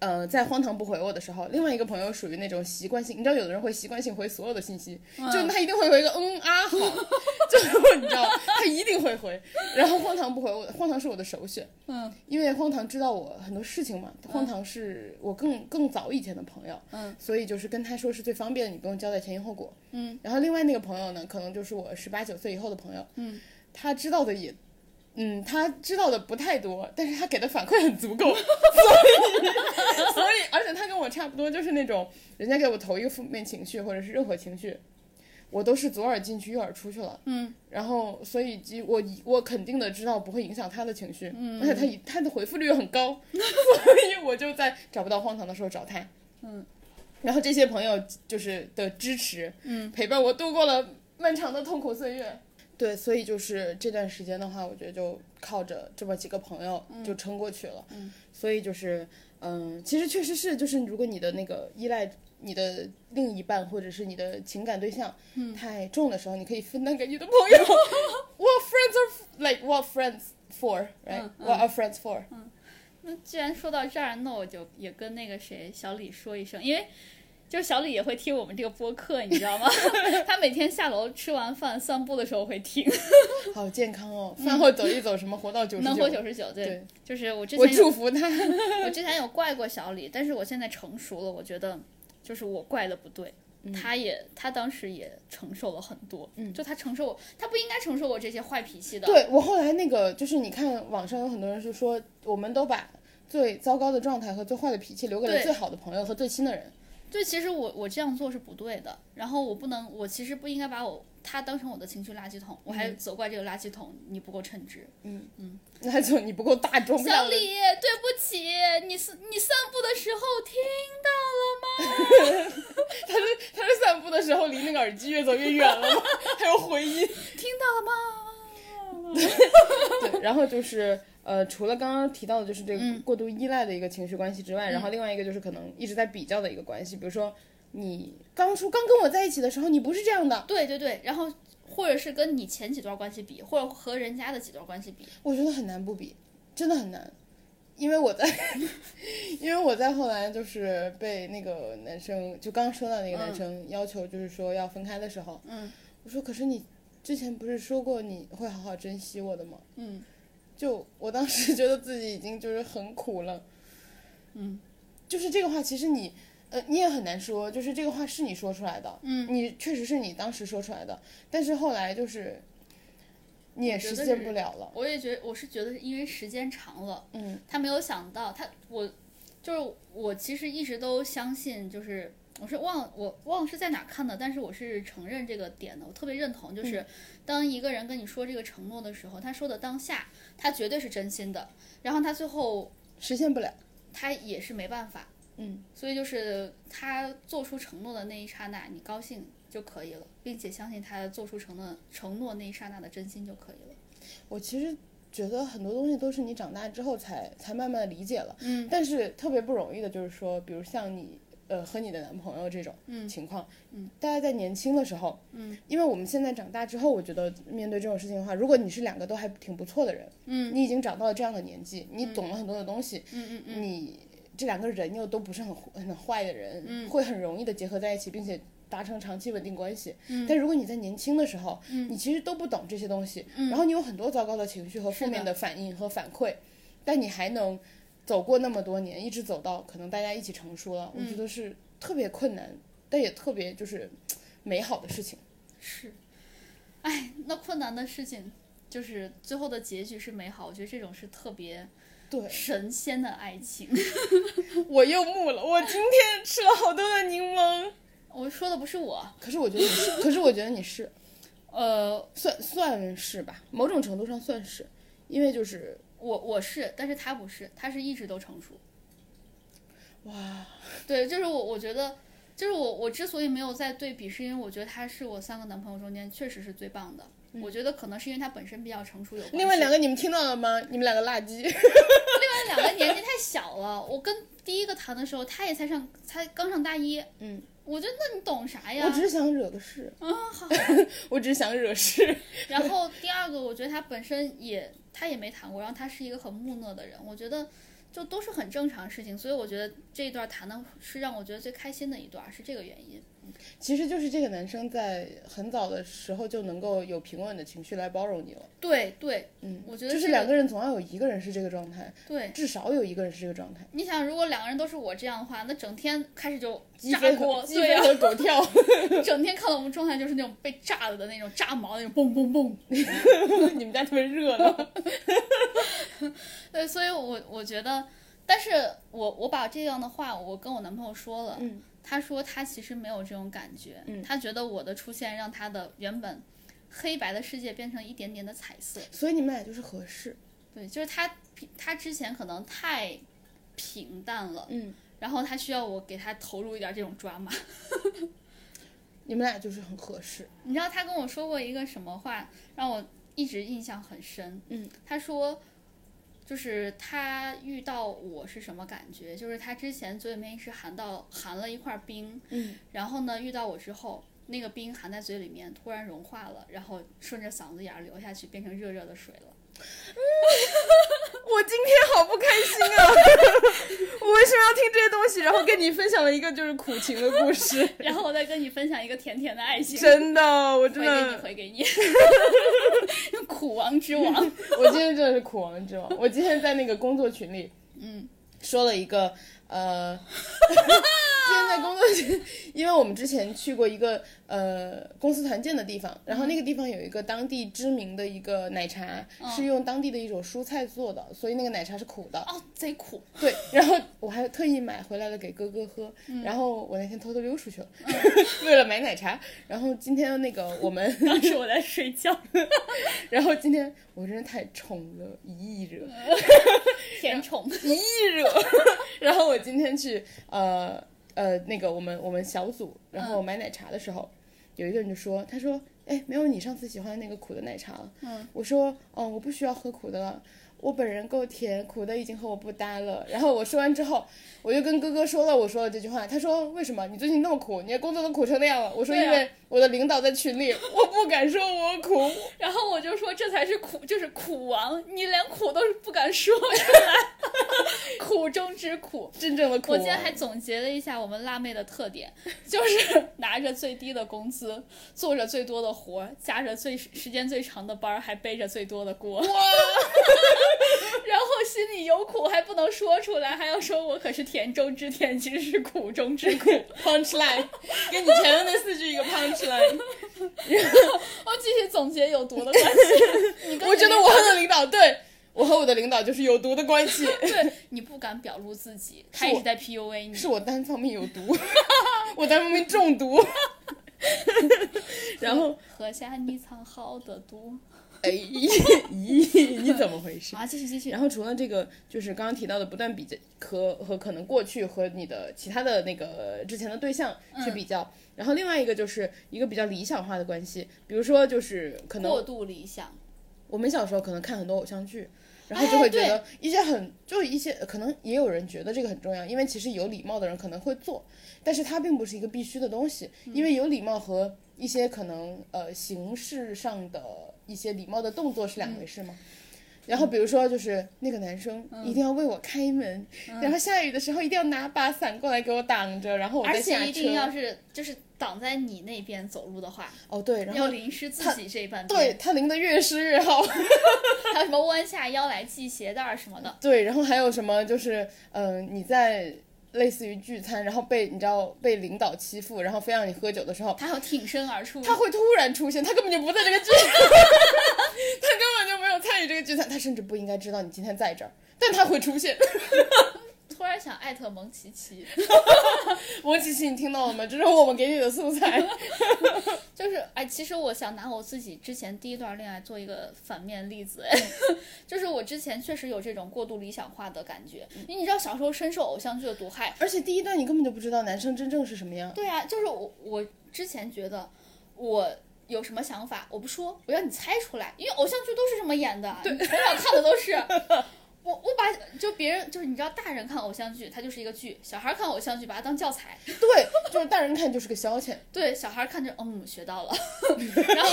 呃，在荒唐不回我的时候，另外一个朋友属于那种习惯性，你知道有的人会习惯性回所有的信息，就他一定会回一个嗯啊好，就是你知道，他一定会回。然后荒唐不回我，荒唐是我的首选，
嗯，
因为荒唐知道我很多事情嘛，荒唐是我更更早以前的朋友，
嗯，
所以就是跟他说是最方便的，你不用交代前因后果，
嗯，
然后另外那个朋友呢，可能就是我十八九岁以后的朋友，
嗯，
他知道的也，嗯，他知道的不太多，但是他给的反馈 很足够，所以所以而且他跟我差不多，就是那种人家给我投一个负面情绪或者是任何情绪，我都是左耳进去右耳出去了，
嗯，
然后所以即我一我肯定的知道不会影响他的情绪，嗯，而且他一他的回复率又很 高，所以我就在找不到荒唐的时候找他，
嗯，
然后这些朋友就是的支持，
嗯，
陪伴我度过了漫长的痛苦岁月。对，所以就是这段时间的话，我觉得就靠着这么几个朋友就撑过去了。嗯，所以就是，嗯，其实确实是，就是如果你的那个依赖你的另一半或者是你的情感对象、
嗯
太重的时候，你可以分担给你的朋友。what friends are like what friends for, right?
嗯嗯
What are friends for?
那既然说到这儿，那我就也跟那个谁小李说一声，因为就是小李也会听我们这个播客，你知道 吗？他每天下楼吃完饭散步的时候会听，
好健康哦，饭后走一走，什么活到九十
能活
九，
九十九，对，
对
就是我之
我
前有
祝福他。
我之前有怪过小李，但是我现在成熟了，我觉得就是我怪的不对。
嗯
他也，他当时也承受了很多，嗯，就他承受，他不应该承受我这些坏脾气的，
对我后来那个就是你看网上有很多人是说，我们都把最糟糕的状态和最坏的脾气留给了
对
最好的朋友和最亲的 人。
对，其实我我这样做是不对的，然后我不能，我其实不应该把我他当成我的情绪垃圾桶，我
嗯
还责怪这个垃圾桶你不够称职。
那就你不够大，装不
小
了
李，
人。
对不起，你是你散步的时候听到了吗？
他是散步的时候离那个耳机越走越远了， 还有回音。
听到了吗？
对，然后就是呃，除了刚刚提到的，就是这个过度依赖的一个情绪关系之外，然后另外一个就是可能一直在比较的一个关系，比如说你刚出刚跟我在一起的时候，你不是这样的，
对对对，然后或者是跟你前几段关系比，或者和人家的几段关系比，
我觉得很难不比，真的很难。因为 我在，因为我在后来就是被那个男生，就刚刚说到那个男生要求，就是说要分开的时候，
嗯
我说可是你之前不是说过你会好好珍惜我的吗？
嗯，
就我当时 觉得自己已经就是很苦了，
嗯，
就是这个话，其实你，呃，你也很难说，就是这个话是你说出来的，
嗯，
你确实是你当时说出来的，但是后来就是你也
我觉
实
得
现
是
不了了，
我也觉得我是觉得是因为时间长了，
嗯，
他没有想到他我就是我其实一直都相信，就是我是忘我忘了是在哪儿看的，但是我是承认这个点的，我特别认同，就是当一个人跟你说这个承诺的时候，他说的当下他绝对是真心的，然后他最后
实现不了，
他也是没办法，
嗯，
所以就是他做出承诺的那一刹那，你高兴就可以了，并且相信他做出承诺承诺那一刹那的真心就可以了。
我其实觉得很多东西都是你长大之后才才慢慢的理解了，
嗯，
但是特别不容易的就是说，比如像你。呃，和你的男朋友这种
嗯
情况，
嗯，
大家在年轻的时候，
嗯，
因为我们现在长大之后，我觉得面对这种事情的话，如果你是两个都还挺不错的人，
嗯
你已经长到了这样的年纪，你懂了很多的东西，
嗯嗯嗯，
你这两个人又都不是很很坏的人，
嗯
会很容易的结合在一起，并且达成长期稳定关系。
嗯
但如果你在年轻的时候，你其实都不懂这些东西，然后你有很多糟糕的情绪和
嗯是
负面
的
的反应和反馈，但你还能走过那么多年，一直走到可能大家一起成熟了，
嗯
我觉得是特别困难，但也特别就是嘖美好的事情。
是，哎，那困难的事情就是最后的结局是美好，我觉得这种是特别
对
神仙的爱情。
我又木了，我今天吃了好多的柠檬，
我说的不是我，
可是我觉得你是，可是我觉得你是。
呃，
算算是吧，某种程度上算是，因为就是
我我是，但是他不是，他是一直都成熟。
哇，
对，就是我，我觉得，就是我，我之所以没有再对比，是因为我觉得他是我三个男朋友中间确实是最棒的。我觉得可能是因为他本身比较成熟有关系。
嗯另外两个你们听到了吗？你们两个垃圾，
另外两个年纪太小了，我跟第一个谈的时候，他也才上，才刚上大一。
嗯，
我觉得那你懂啥呀？
我只是想惹个事，
嗯，好。
我只是想惹事，
然后第二个，我觉得他本身也他也没谈过，然后他是一个很木讷的人，我觉得就都是很正常的事情，所以我觉得这一段谈的是让我觉得最开心的一段，是这个原因。
其实就是这个男生在很早的时候就能够有平稳的情绪来包容你了，
对对，
嗯，
我觉得
就是
这
两个人总要有一个人是这个状态，
对。
至少有一个人是这个状态，
你想，如果两个人都是我这样的话，那整天开始就
鸡
炸
飞
锅，
和鸡
对
飞
呀、
和狗跳，
整天看到我们状态就是那种被炸了的那种炸毛那种嘣嘣嘣，
你们家特别热闹，
对，所以我我觉得，但是我我把这样的话我跟我男朋友说了，
嗯
他说他其实没有这种感觉，
嗯
他觉得我的出现让他的原本黑白的世界变成一点点的彩色，
所以你们俩就是合适，
对，就是他他之前可能太平淡了，
嗯，
然后他需要我给他投入一点这种抓马，
你们俩就是很合适。
你知道他跟我说过一个什么话，让我一直印象很深。
嗯，
他说，就是他遇到我是什么感觉？就是他之前嘴里面是含到含了一块冰，
嗯，
然后呢遇到我之后，那个冰含在嘴里面突然融化了，然后顺着嗓子眼儿流下去，变成热热的水了。
我今天好不开心 啊！我为什么要听这些东西？然后跟你分享了一个就是苦情的故事，
然后我再跟你分享一个甜甜的爱情，
真的，我真
回给你，
的，
回给你， 苦王之 王。
我今天真的是苦王之王。我今天在那个工作群里，
嗯，
说了一个 呃，今天在工作群，因为我们之前去过一个呃公司团建的地方，然后那个地方有一个当地知名的一个奶茶，是用当地的一种蔬菜做的，所以那个奶茶是苦的。
哦，贼苦，
对，然后我还特意买回来了给哥哥喝，然后我那天偷偷溜出去了， 为了买奶茶。然后今天那个我们，
当时我在睡觉，
然后今天我真的太宠了，一亿热，
甜宠。
一亿热。 然后我今天去呃呃那个我们我们小组，然后我买奶茶的时候，有一个人就说，他说，哎，没有你上次喜欢的那个苦的奶茶了。
嗯，
我说，哦，我不需要喝苦的了。我本人够甜，苦的已经和我不搭了。 然后我说完之后，我就跟哥哥说了我说了这句话。他说为什么你最近那么苦？你的工作都苦成那样了。我说
对啊
因为我的领导在群里， 我不敢说我苦。
然后我就说这才是苦，就是苦王，你连苦都不敢说出来， 苦中之苦。
真正的苦。
我
啊
今天 还总结了一下我们辣妹的特点， 就是拿着最低的工资，做着最多的活儿，加着最时间最长的班儿，还背着最多的锅。 然后心里有苦还不能说出来，还要说我可是甜中之甜，其实是苦中之苦。
punch line，跟 你前面那四句一个 punch line。
我继续总结有毒的关系。你跟
我
你
觉得
领
我和我的领导对。我和我的领导就是有毒的关系，
对你不敢表露自己，他一直在 PUA 你。
是我单方面有毒， 我单方面中毒。 然后，
喝下你藏好的 毒。
哎，咦，你怎么回事？
啊，继续继续
然。后除了这个，就是刚刚提到的不断比较和和可能过去和你的其他的那个之前的对象去
嗯
比较，然后另外一个就是一个比较理想化的关系，比如说就是可能
过度理想，
我们小时候可能看很多偶像
哎
剧，然后就会觉得一些很，就一些可能也有人觉得这个很重要，因为其实有礼貌的人可能会做，但是它并不是一个必须的东西，
嗯
因为有礼貌和一些可能呃形式上的一些礼貌的动作是两回事嘛。
嗯
然后比如说就是那个男生一定要为我开门，
嗯
然后下雨的时候一定要拿把伞过来给我挡着，然后我
而
再下车。
且一定要是就是挡在你那边走路的话，
哦对，然
要
后
淋湿自己这一半
对
边。
他淋得越湿越好。
还有什么弯下腰来系鞋带儿什么的。
对，然后还有什么就是，嗯、你在类似于聚餐，然后被你知道被领导欺负，然后非让你喝酒的时候，
他要挺身而出，
他会突然出现，他根本就不在这个聚， 他根本就没有参与这个聚餐，他甚至不应该知道你今天在这儿，但他会出现。
突然想艾特蒙奇奇，
王琪琪，你听到了吗？这是我们给你的素材。
就是哎，其实我想拿我自己之前第一段恋爱做一个反面例子，哎
嗯
就是我之前确实有这种过度理想化的感觉，
嗯
因为你知道小时候深受偶像剧的毒害，
而且第一段你根本就不知道男生真正是什么样。
对啊，就是我我之前觉得我有什么想法，我不说，我让你猜出来，因为偶像剧都是这么演的，你从小看的都是。我我把就别人就是你知道，大人看偶像剧它就是一个剧，小孩看偶像剧把它当教材。
对，就是大人看就是个消遣。
对，小孩看着嗯学到了， 然后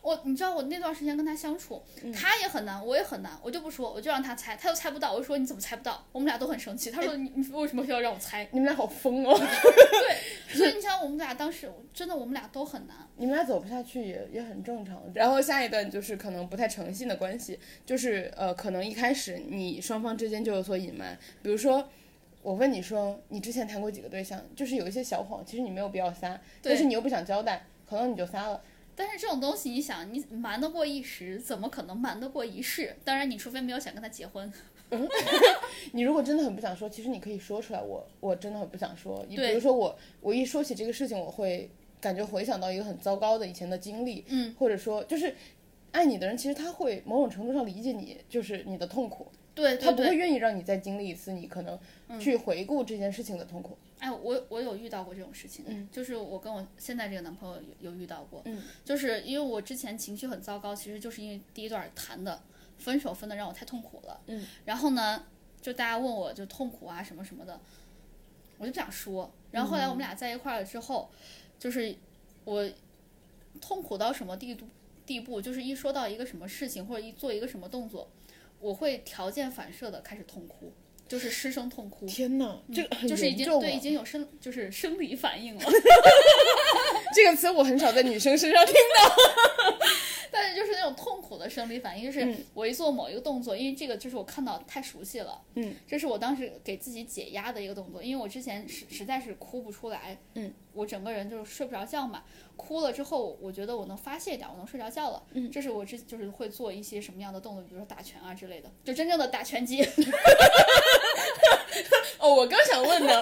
我你知道我那段时间跟他相处，他也很难，我也很难，我就不说，我就让他猜，他又猜不到，我就说你怎么猜不到？我们俩都很生气，他说你你为什么要让我猜？
你们俩好疯哦！
所以你想我们俩当时真的我们俩都很难。
你们俩走不下去也也很正常。然后下一段就是可能不太诚信的关系，就是呃，可能一开始你双方之间就有所隐瞒，比如说。我问你说，你之前谈过几个对象？就是有一些小谎，其实你没有必要撒，
对
但是你又不想交代，可能你就撒了。
但是这种东西，你想，你瞒得过一时，怎么可能瞒得过一世？当然，你除非没有想跟他结婚。
你如果真的很不想说，其实你可以说出来。我我真的很不想说。你比
对
如说我，我一说起这个事情，我会感觉回想到一个很糟糕的以前的经历，嗯，或者说就是爱你的人，其实他会某种程度上理解你，就是你的痛苦。
对对
他不会
对，嗯
愿意让你再经历一次，你可能去回顾这件事情的痛苦。
哎，我我有遇到过这种事情，就是我跟我现在这个男朋友有有遇到过，
嗯，
就是因为我之前情绪很糟糕，其实就是因为第一段谈的分手分的让我太痛苦了，
嗯，
然后呢，就大家问我就痛苦啊什么什么的，我就不想说，然后后来
嗯
我们俩在一块儿了之后，就是我痛苦到什么地步地步，就是一说到一个什么事情或者一做一个什么动作，我会条件反射的开始痛哭，就是失声痛哭。
天哪，这个很
就是已
严
经
重
对已
啊！
经有生就是生理反应了，
这个词我很少在女生 身上听。
但是就是那种痛苦的生理反应，就是
嗯
我一做某一个动作，因为这个就是我看到太熟悉了，
嗯，
这是我当时给自己解压的一个动作，因为我之前实实在是哭不出来，
嗯，
我整个人就是睡不着觉嘛，哭了之后，我觉得我能发泄掉，我能睡着觉了，嗯，这是我之就是会做一些什么样的动作，比如说打拳啊之类的，就真正的打拳 击，
哦，我刚想问 呢，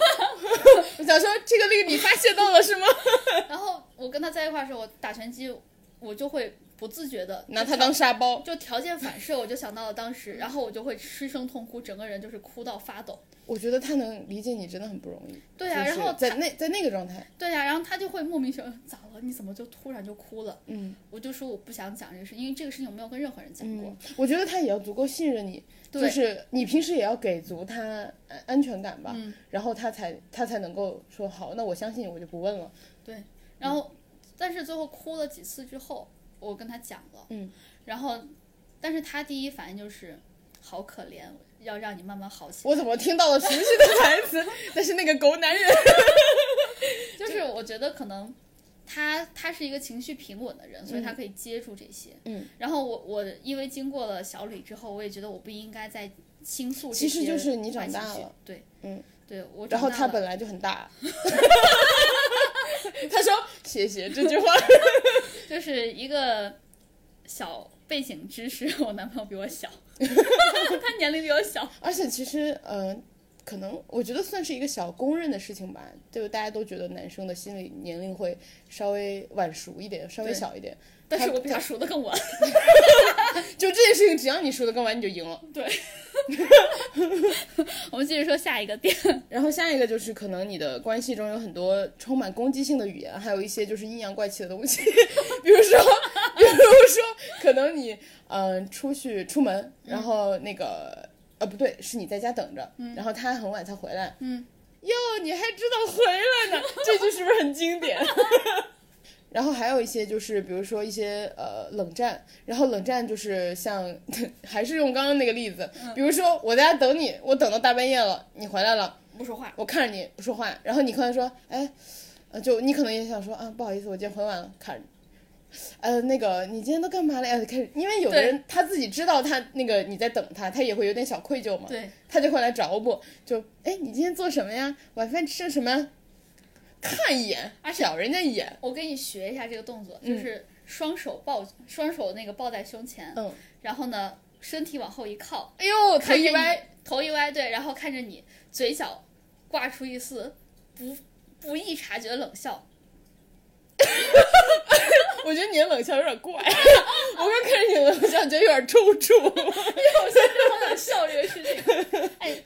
我想说这个令你发泄到了是吗？
然后我跟他在一块儿的时候，我打拳击，我就会不自觉的
拿它当沙包，
就条件反射，我就想到了当时，然后我就会失声痛哭，整个人就是哭到发抖。
我觉得他能理解你真的很不容易。
对啊
就是
然后
在那在那个状态，
对呀、然后他就会莫名其妙咋了？你怎么就突然就哭了？
嗯，
我就说我不想讲这个事，因为这个事情我没有跟任何人讲过。
嗯，我觉得他也要足够信任你，
对
就是你平时也要给足他安安全感吧，
嗯
然后他才他才能够说好，那我相信你，我就不问了。
对，然后、但是最后哭了几次之后，我跟他讲了，
嗯，
然后但是他第一反应就是好可怜，要让你慢慢好起来。
我怎么听到了熟悉的台词？ 但是那个狗男人，
就是我觉得可能他他是一个情绪平稳的人，所以他可以接住这些。
嗯，
然后我我因为经过了小李之后，我也觉得我不应该再倾诉这些
其实就是你长大
坏情绪
了，
对，
嗯，
对我长
然
大
后
了。
他本来就很 大。他说：“谢谢这句话。
就是一个小背景知识， 我男朋友比我 小，他年龄比我小。”
而且其实，嗯、可能我觉得算是一个小公认的事情吧，就大家都觉得男生的心理年龄会稍微晚熟一点，稍微
对
小一点。
但是
他
我比他熟的更 晚，
就这件事情，只要你输的更完，你就赢了。
我们继续说下一个点。
然后下一个就是，可能你的关系中有很多充满攻击性的语言，还有一些就是阴阳怪气的东西， 比如说，比如说，可能你嗯、呃出去出门，然后那个呃不对，是你在家等着，然后他很晚才回来，
嗯，
哟，你还知道回来呢，这句是不是很经典？ 然后还有一些就是，比如说一些呃冷战，然后冷战就是像， 还是用刚刚那个例子，比如说我在家等你，我等到大半夜了，你回来了，
不说话，
我看着你不说话，然后你可能说，哎，呃，就你可能也想说啊，不好意思，我今天回晚了，看着你。呃，那个，你今天都干嘛了呀？开始，因为有的人他自己知道他那个你在等他，他也会有点小愧疚嘛，
对，
他就会来找我，就哎，你今天做什么呀？晚饭吃了什么？看一眼，
而且
瞟人家一眼，
我给你学一下这个动作，就是双手抱，双手那个抱在胸前，
嗯，
然后呢，身体往后一靠，
哎呦，头
看着
一
你
歪，，
头一歪，对，然后看着你，嘴角挂出一丝不不易察觉的冷 笑。
我觉得你的冷笑有点怪， 我刚看着你的冷笑，觉得有点抽搐。
我现在好想笑这个事情。哎，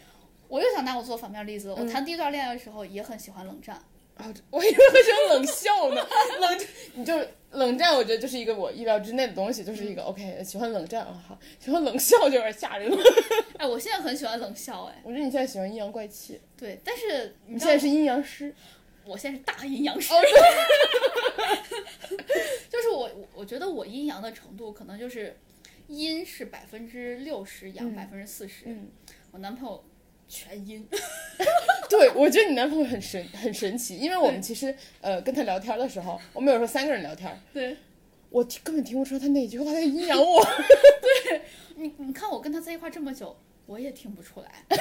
我又想拿我做反面例
嗯
子。我谈第一段恋爱的时候也很喜欢冷战，
啊，我以为会是冷笑呢，冷，你就是冷战，我觉得就是一个我意料之内的东西，就是一个 OK，喜欢冷战啊，好，喜欢冷笑就有点吓人了。
哎，我现在很喜欢冷笑，哎，
我觉得你现在喜欢阴阳怪气，
对，但是你
你
知道
现在，是哦阴阳师，
我现在是大阴阳师， 就是我，我我觉得我阴阳的程度可能就是阴是百分之六十，阳百分之四十
嗯，
我男朋友全阴，
对，我觉得你男朋友很神，很神奇，因为我们其实呃跟他聊天的时候，我们有时候三个人聊天，
对。
我听根本听不出来他哪句话在阴阳我。
你你看我跟他在一块这么久，我也听不出来。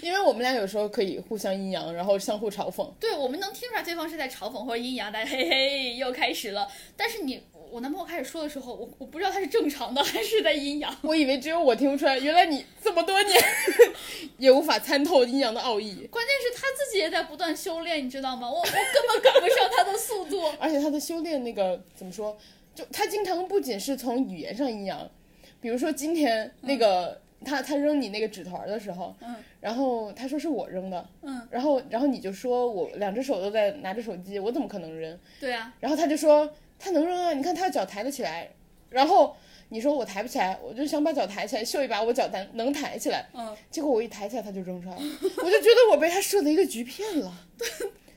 因为我们俩有时候可以互相阴阳，然后相互嘲讽。
对，我们能听出来对方是在嘲讽或者阴阳，但 嘿嘿又开始了。但是你我男朋友开始说的时候，我我不知道他是正常的 还是在阴阳。
我以为只有我听不出来，原来你这么多年 也无法参透阴阳的奥义。
关键是他自己也在不断修炼，你知道吗？我我根本赶不上他的速度。
而且他的修炼那个怎么说，就他经常不仅是从语言上阴阳，比如说今天那个。他他扔你那个纸团儿的时候，
嗯，
然后他说是我扔的，
嗯，
然后然后你就说我两只手都在拿着手机，我怎么可能扔？
对啊，
然后他就说他能扔啊，你看他脚抬得起来。然后你说我抬不起来，我就想把脚抬起来秀一把我脚抬能抬起来，
嗯，
结果我一抬起来他就扔出来了， 我就觉得我被他设的一个局骗了。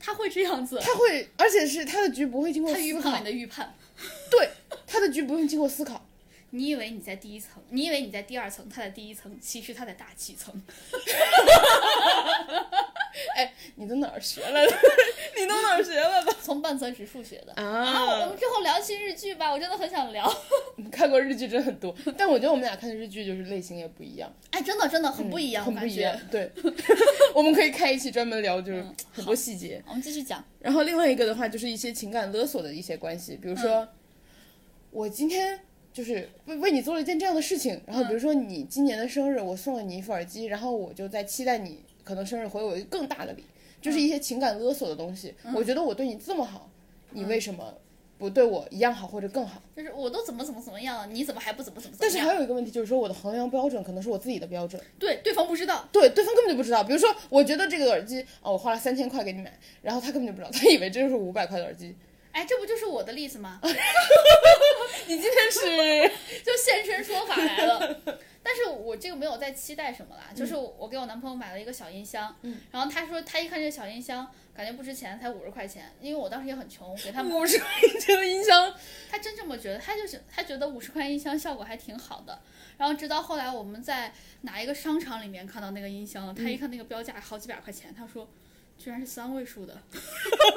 他会这样子，
他会，而且是他的局不会经过
他预
思
判了
考
你，的预判。
对，他的局不用经过思考。
你以为你在第一层，你以为你在第二层，他在第一层，其实他在大气层。
哎，你都哪儿学了？ 你都哪儿学了吧？
从半泽直树学的。啊，我
啊，
们之后聊一期日剧吧，我真的很想聊。
看过日剧真的很多，但我觉得我们俩看的日剧就是类型也不一样，
哎，真的真的很不一样，
很
我
不
感
一
觉。嗯
样。对， 我们可以开一期专门聊，就是很多细节。
我们继续讲，
然后另外一个的话，就是一些情感勒索的一些关系，比如说，我今天就是为为你做了一件这样的事情，然后比如说你今年的生日，我送了你一副耳机，然后我就在期待你可能生日回我一个更大的礼，就是一些情感勒索的东西。我觉得我对你这么好，你为什么不对我一样好或者更好？
就是我都怎么怎么怎么样了，你怎么还不怎么怎么怎
但
么
是
样？
还有一个问题就是说，我的衡量标准可能是我自己的标准，
对，对方不知道，
对，对方根本就不知道。比如说，我觉得这个耳机啊、我花了三千块给你买，然后他根本就不知道，他以为这就是五百块的耳机。
哎，这不就是我的例子 吗？
你今天是。
就现身说法来 了。但是我这个没有在期待什么啦，就是我给我男朋友买了一个小音箱，然后他说他一看这个小音箱，感觉不值钱，才五十块钱，因为我当时也很穷，给 他
五十块钱的音箱，
他真这么觉得，他就是他觉得五十块音箱效果还挺好的。然后直到后来我们在哪一个商场里面看到那个音箱了，他
嗯
一看那个标价好几百块钱，他说。居然是三位数的，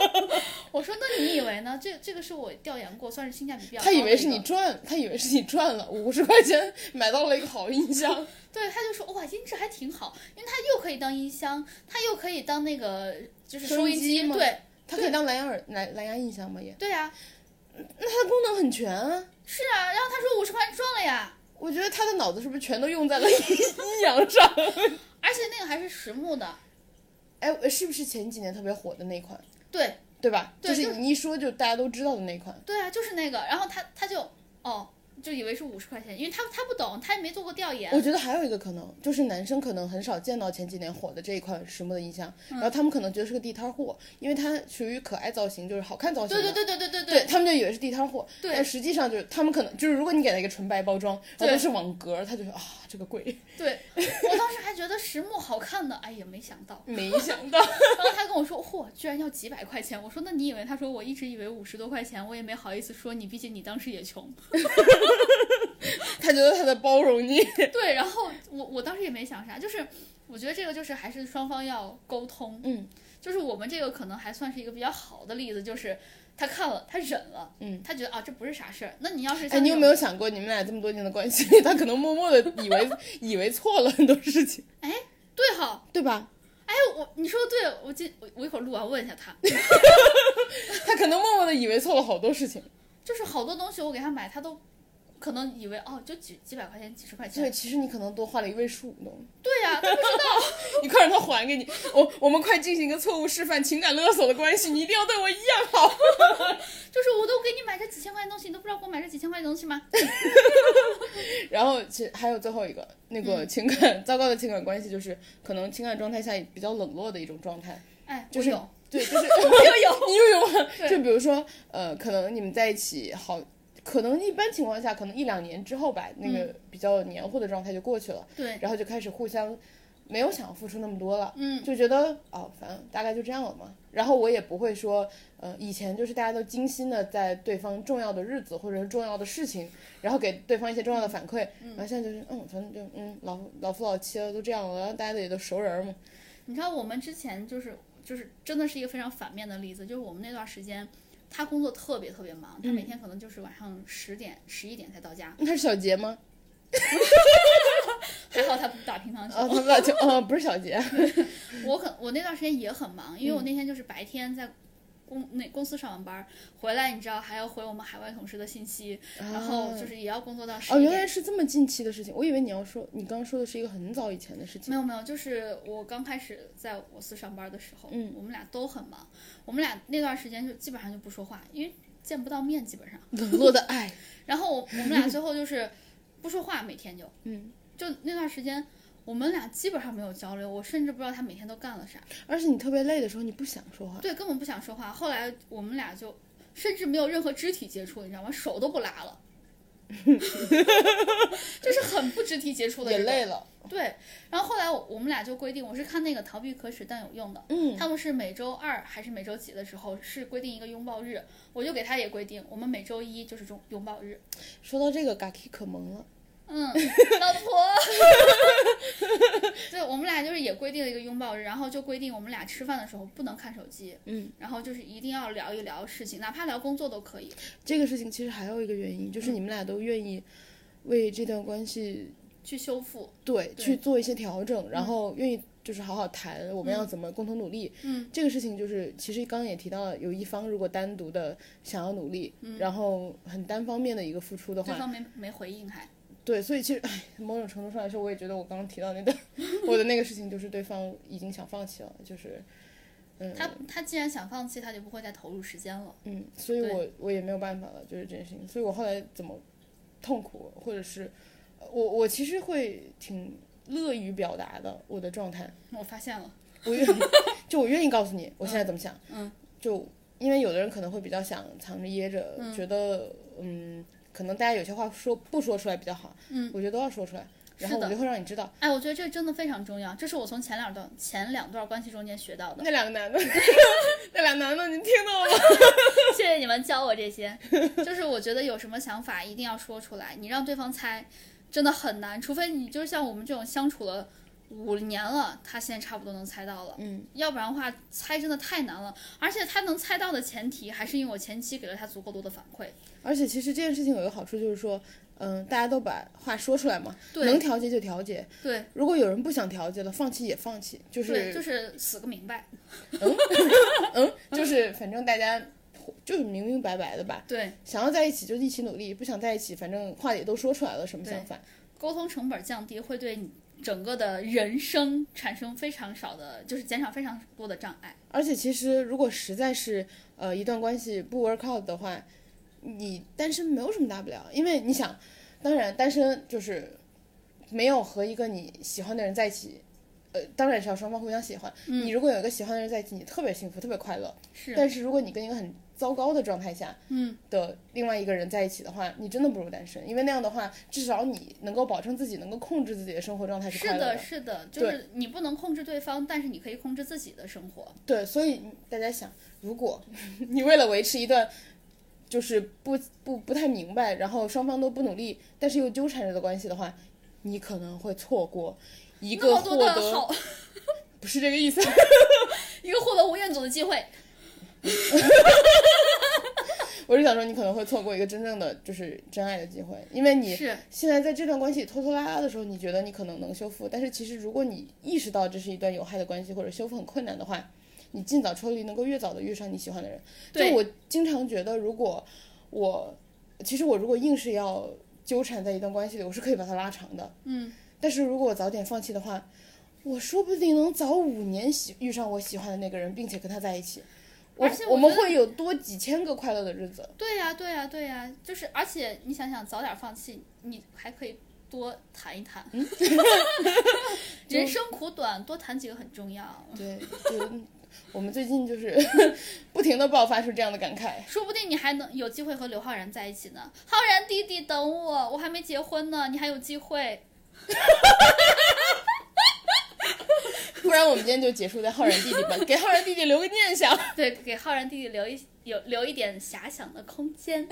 我说那你以为呢？这这个是我调研过，算是性价比比较高
他
的一
以
个。
为是你赚，他以为是你赚了五十块钱买到了一个好音箱，
对，他就说哇，音质还挺好，因为它又可以当音箱，它又可以当那个就是
收
收
音
音
机吗
对
他可以当蓝牙耳蓝蓝牙音箱吗？也，
对啊，
那它功能很全啊。
是啊。然后他说五十块钱赚了呀，
我觉得他的脑子是不是全都用在了阴阳上？
而且那个还是实木的，
哎，是不是前几年特别火的那款，
对
对吧？
对
就
就是
你一说就大家都知道的那款。
对啊，就是那个。然后他他就哦，就以为是五十块钱，因为他他不懂，他也没做过调研。
我觉得还有一个可能，就是男生可能很少见到前几年火的这一款实木的音箱，然后他们可能觉得是个地摊货，因为它属于可爱造型，就是好看造型
对
的。
对对对对对
对，他们就以为是地摊货，
对
但实际上就是他们可能就是如果你给他一个纯白包装，然
对
后都是网格，他就说啊这个贵，
对，我当时还觉得实木好看呢，哎呀没想到。
没想到，
然后他跟我说，嚯、居然要几百块钱。我说那你以为？他说我一直以为五十多块钱，我也没好意思说你，毕竟你当时也 穷。
他觉得他在包容你，
对，然后我我当时也没想啥，就是我觉得这个就是还是双方要沟通，
嗯，
就是我们这个可能还算是一个比较好的例子，就是他看了，他忍了，
嗯，
他觉得啊这不是啥事儿。那你要是
哎，
像
你
这
有
种
没有想过你们俩这么多年的关系，他可能默默的以为以为错了很多事情，
对哈？
对吧？
哎，我你说的对，我今我我一会儿录完问一下他，
他可能默默的以为错了好多事情，
就是好多东西我给他买，他都可能以为哦就几几百块钱、几十块钱
对，，其实你可能多花了一位数，你懂吗？
对呀、他不知道。
你快让他还给你，我我们快进行一个错误示范，情感勒索的关系，你一定要对我一样好，
就是我都给你买这几千块钱东西，你都不知道给我买这几千块钱东西吗？
然后其实还有最后一个那个情感、糟糕的情感关系，就是可能情感状态下比较冷落的一种状态。
哎，
就
我
是
有，
对，就是
我有有，
你又 有啊
对
就比如说呃，可能你们在一起好，可能一般情况下可能一两年之后吧，那个比较黏糊的状态就过去了，
对，
然后就开始互相没有想要付出那么多了。
嗯，
就觉得哦，反正大概就这样了嘛。然后我也不会说，呃，以前就是大家都精心的在对方重要的日子或者是重要的事情，然后给对方一些重要的反馈。然后现在就是，嗯，反正就嗯，老夫老夫老妻了，都这样了，然后大家也都熟人儿嘛。
你知道我们之前就是就是真的是一个非常反面的例子，就是我们那段时间，他工作特别特别忙，
嗯
他每天可能就是晚上十点十一点才到家，
那是小杰吗？
还好他不打乒乓
啊，
球。
他们俩就，啊，不是 小杰。
我很我那段时间也很忙，因为
嗯
我那天就是白天在。公那公司上完班儿回来，你知道还要回我们海外同事的信息，然后就是也要工作到十
啊哦，
一
原
点。
来是这么近期的事情，我以为你要说，你刚刚说的是一个很早以前的事情。
没有没有，就是我刚开始在我司上班的时候，
嗯
我们俩都很忙，我们俩那段时间就基本上就不说话，因为见不到面， 基本上。
冷落的爱，
然后我我们俩最后就是不说话，每天就，
嗯，
就那段时间，我们俩基本上没有交流，我甚至不知道他每天都干了啥，
而且你特别累的时候，你不想说话，
对，根本不想说话。后来我们俩就甚至没有任何肢体接触，你知道吗？手都不拉了， 就是很不肢体接触的
也
人。
累了。
对，然后后来我我们俩就规定，我是看那个《逃避可耻但有用》的，
嗯，
他们是每周二还是每周几的时候是规定一个拥抱日，我就给他也规定，我们每周一就是拥拥抱日。
说到这个，Gaki 可萌了。
嗯，老 婆，对，我们俩就是也规定了一个拥抱日，然后就规定我们俩吃饭的时候不能看手机，
嗯，
然后就是一定要聊一聊事情，哪怕聊工作都可以。
这个事情其实还有一个原因，就是你们俩都愿意为这段关系
去修复，
对
对嗯
去做一些调整，然后愿意就是好好谈我们要怎么共同努力。
嗯，
这个事情就是其实刚刚也提到了，有一方如果单独的想要努力，然后很单方面的一个付出的
嗯对
话，
方没没回应还，
对，所以其实唉，某种程度上来说，我也觉得我刚刚提到那段 我的那个事情，就是对方已经想放弃了， 就是。嗯，
他他既然想放弃，他就不会再投入时间了。
嗯，所以
对
我我也没有办法了，就是这件事情。所以我后来怎么痛苦，或者是呃我我其实会挺乐于表达的我的状态，
我发现了，
我愿 就我愿意告诉你我现在怎么想，
嗯
就因为有的人可能会比较想藏着掖着，觉得嗯，可能大家有些话说不说出来比较好，
嗯，
我觉得都要说出来，然
是
后
的
我就会让你知道
哎，我觉得这真的非常重要，这是我从前两段前两段关系中间学到的。
那两个男的， 那俩男的你听到了吗？
谢谢你们教我这些，就是我觉得有什么想法一定要说出来，你让对方猜真的很难，除非你就是像我们这种相处了五年了，他现在差不多能猜到了，
嗯，
要不然的话猜真的太难了，而且他能猜到的前提还是因为我前期给了他足够多的反馈，
而且其实这件事情有一个好处就是说，嗯、大家都把话说出来嘛，
对
能调节就调节。
对
如果有人不想调节了，放弃也放弃，就是
对，就是死个明白，
嗯，就是反正大家就是明明白白的吧。
对，
想要在一起就一起努力，不想在一起，反正话也都说出来了，什么
对
想法？
沟通成本降低会对你整个的人生产生非常少的，就是减少非常多的障碍。
而且其实如果实在是呃一段关系不 work out 的话，你单身没有什么大不了，因为你想，当然单身就是没有和一个你喜欢的人在一起，呃，当然是要双方互相喜欢。你如果有一个喜欢的人在一起，你特别幸福，特别快乐。
嗯是
但是如果你跟一个很糟糕的状态下，
嗯，
的另外一个人在一起的话，你真的不如单身，因为那样的话，至少你能够保证自己能够控制自己的生活状态
是
快乐
的，是的，就是你不能控制对方，但是你可以控制自己的生活。
对，所以大家想，如果 你为了维持一段就是不不不太明白，然后双方都不努力，但是又纠缠着的关系的话，你可能会错过一
那
个
么多
获
的
得
好，
不是这个意思，
一个获得吴彦祖的机会。
我是想说你可能会错过一个真正的就是真爱的机会，因为你
是
现在在这段关系拖拖拉拉的时候，你觉得你可能能修复，但是其实如果你意识到这是一段有害的关系，或者修复很困难的话，你尽早抽离，能够越早的遇上你喜欢的人。就
对
我经常觉得，如果我其实我如果硬是要纠缠在一段关系里，我是可以把它拉长的。
嗯，
但是如果我早点放弃的话，我说不定能早五年喜遇上我喜欢的那个人，并且跟他在一起。我
而且我
我们
觉得
会有多几千个快乐的日子。
对呀、对呀、对呀、就是而且你想想，早点放弃，你还可以多谈一谈。
嗯
人生苦短，多谈几个很重要。
对，就我们最近就是 不停的爆发出这样的感慨。
说不定你还能有机会和刘昊然在一起呢。昊然弟弟，等我，我还没结婚呢，你还有机会。
不然我们今天就结束在浩然弟弟吧，给浩然弟弟留个念 想。
对，给浩然弟弟留一有留一点遐想的空间。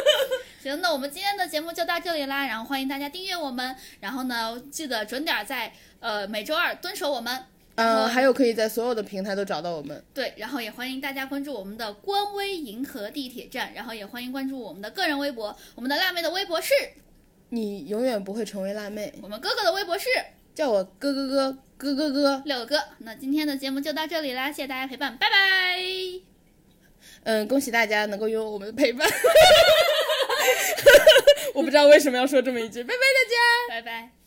行，那我们今天的节目就到这里啦，然后欢迎大家订阅我们，然后呢，记得准点儿在呃每周二蹲守我们。
嗯、还有可以在所有的平台都找到我们。
对，然后也欢迎大家关注我们的官微银河地铁站，然后也欢迎关注我们的个人微博，我们的辣妹的微博是，
你永远不会成为辣妹，
我们哥哥的微博是
叫我哥哥哥哥哥哥。
六个哥。那今天的节目就到这里啦，谢谢大家陪伴，拜拜。
嗯，恭喜大家能够拥有我们的陪伴。 我不知道为什么要说这么一句，拜拜大
拜
家。
拜。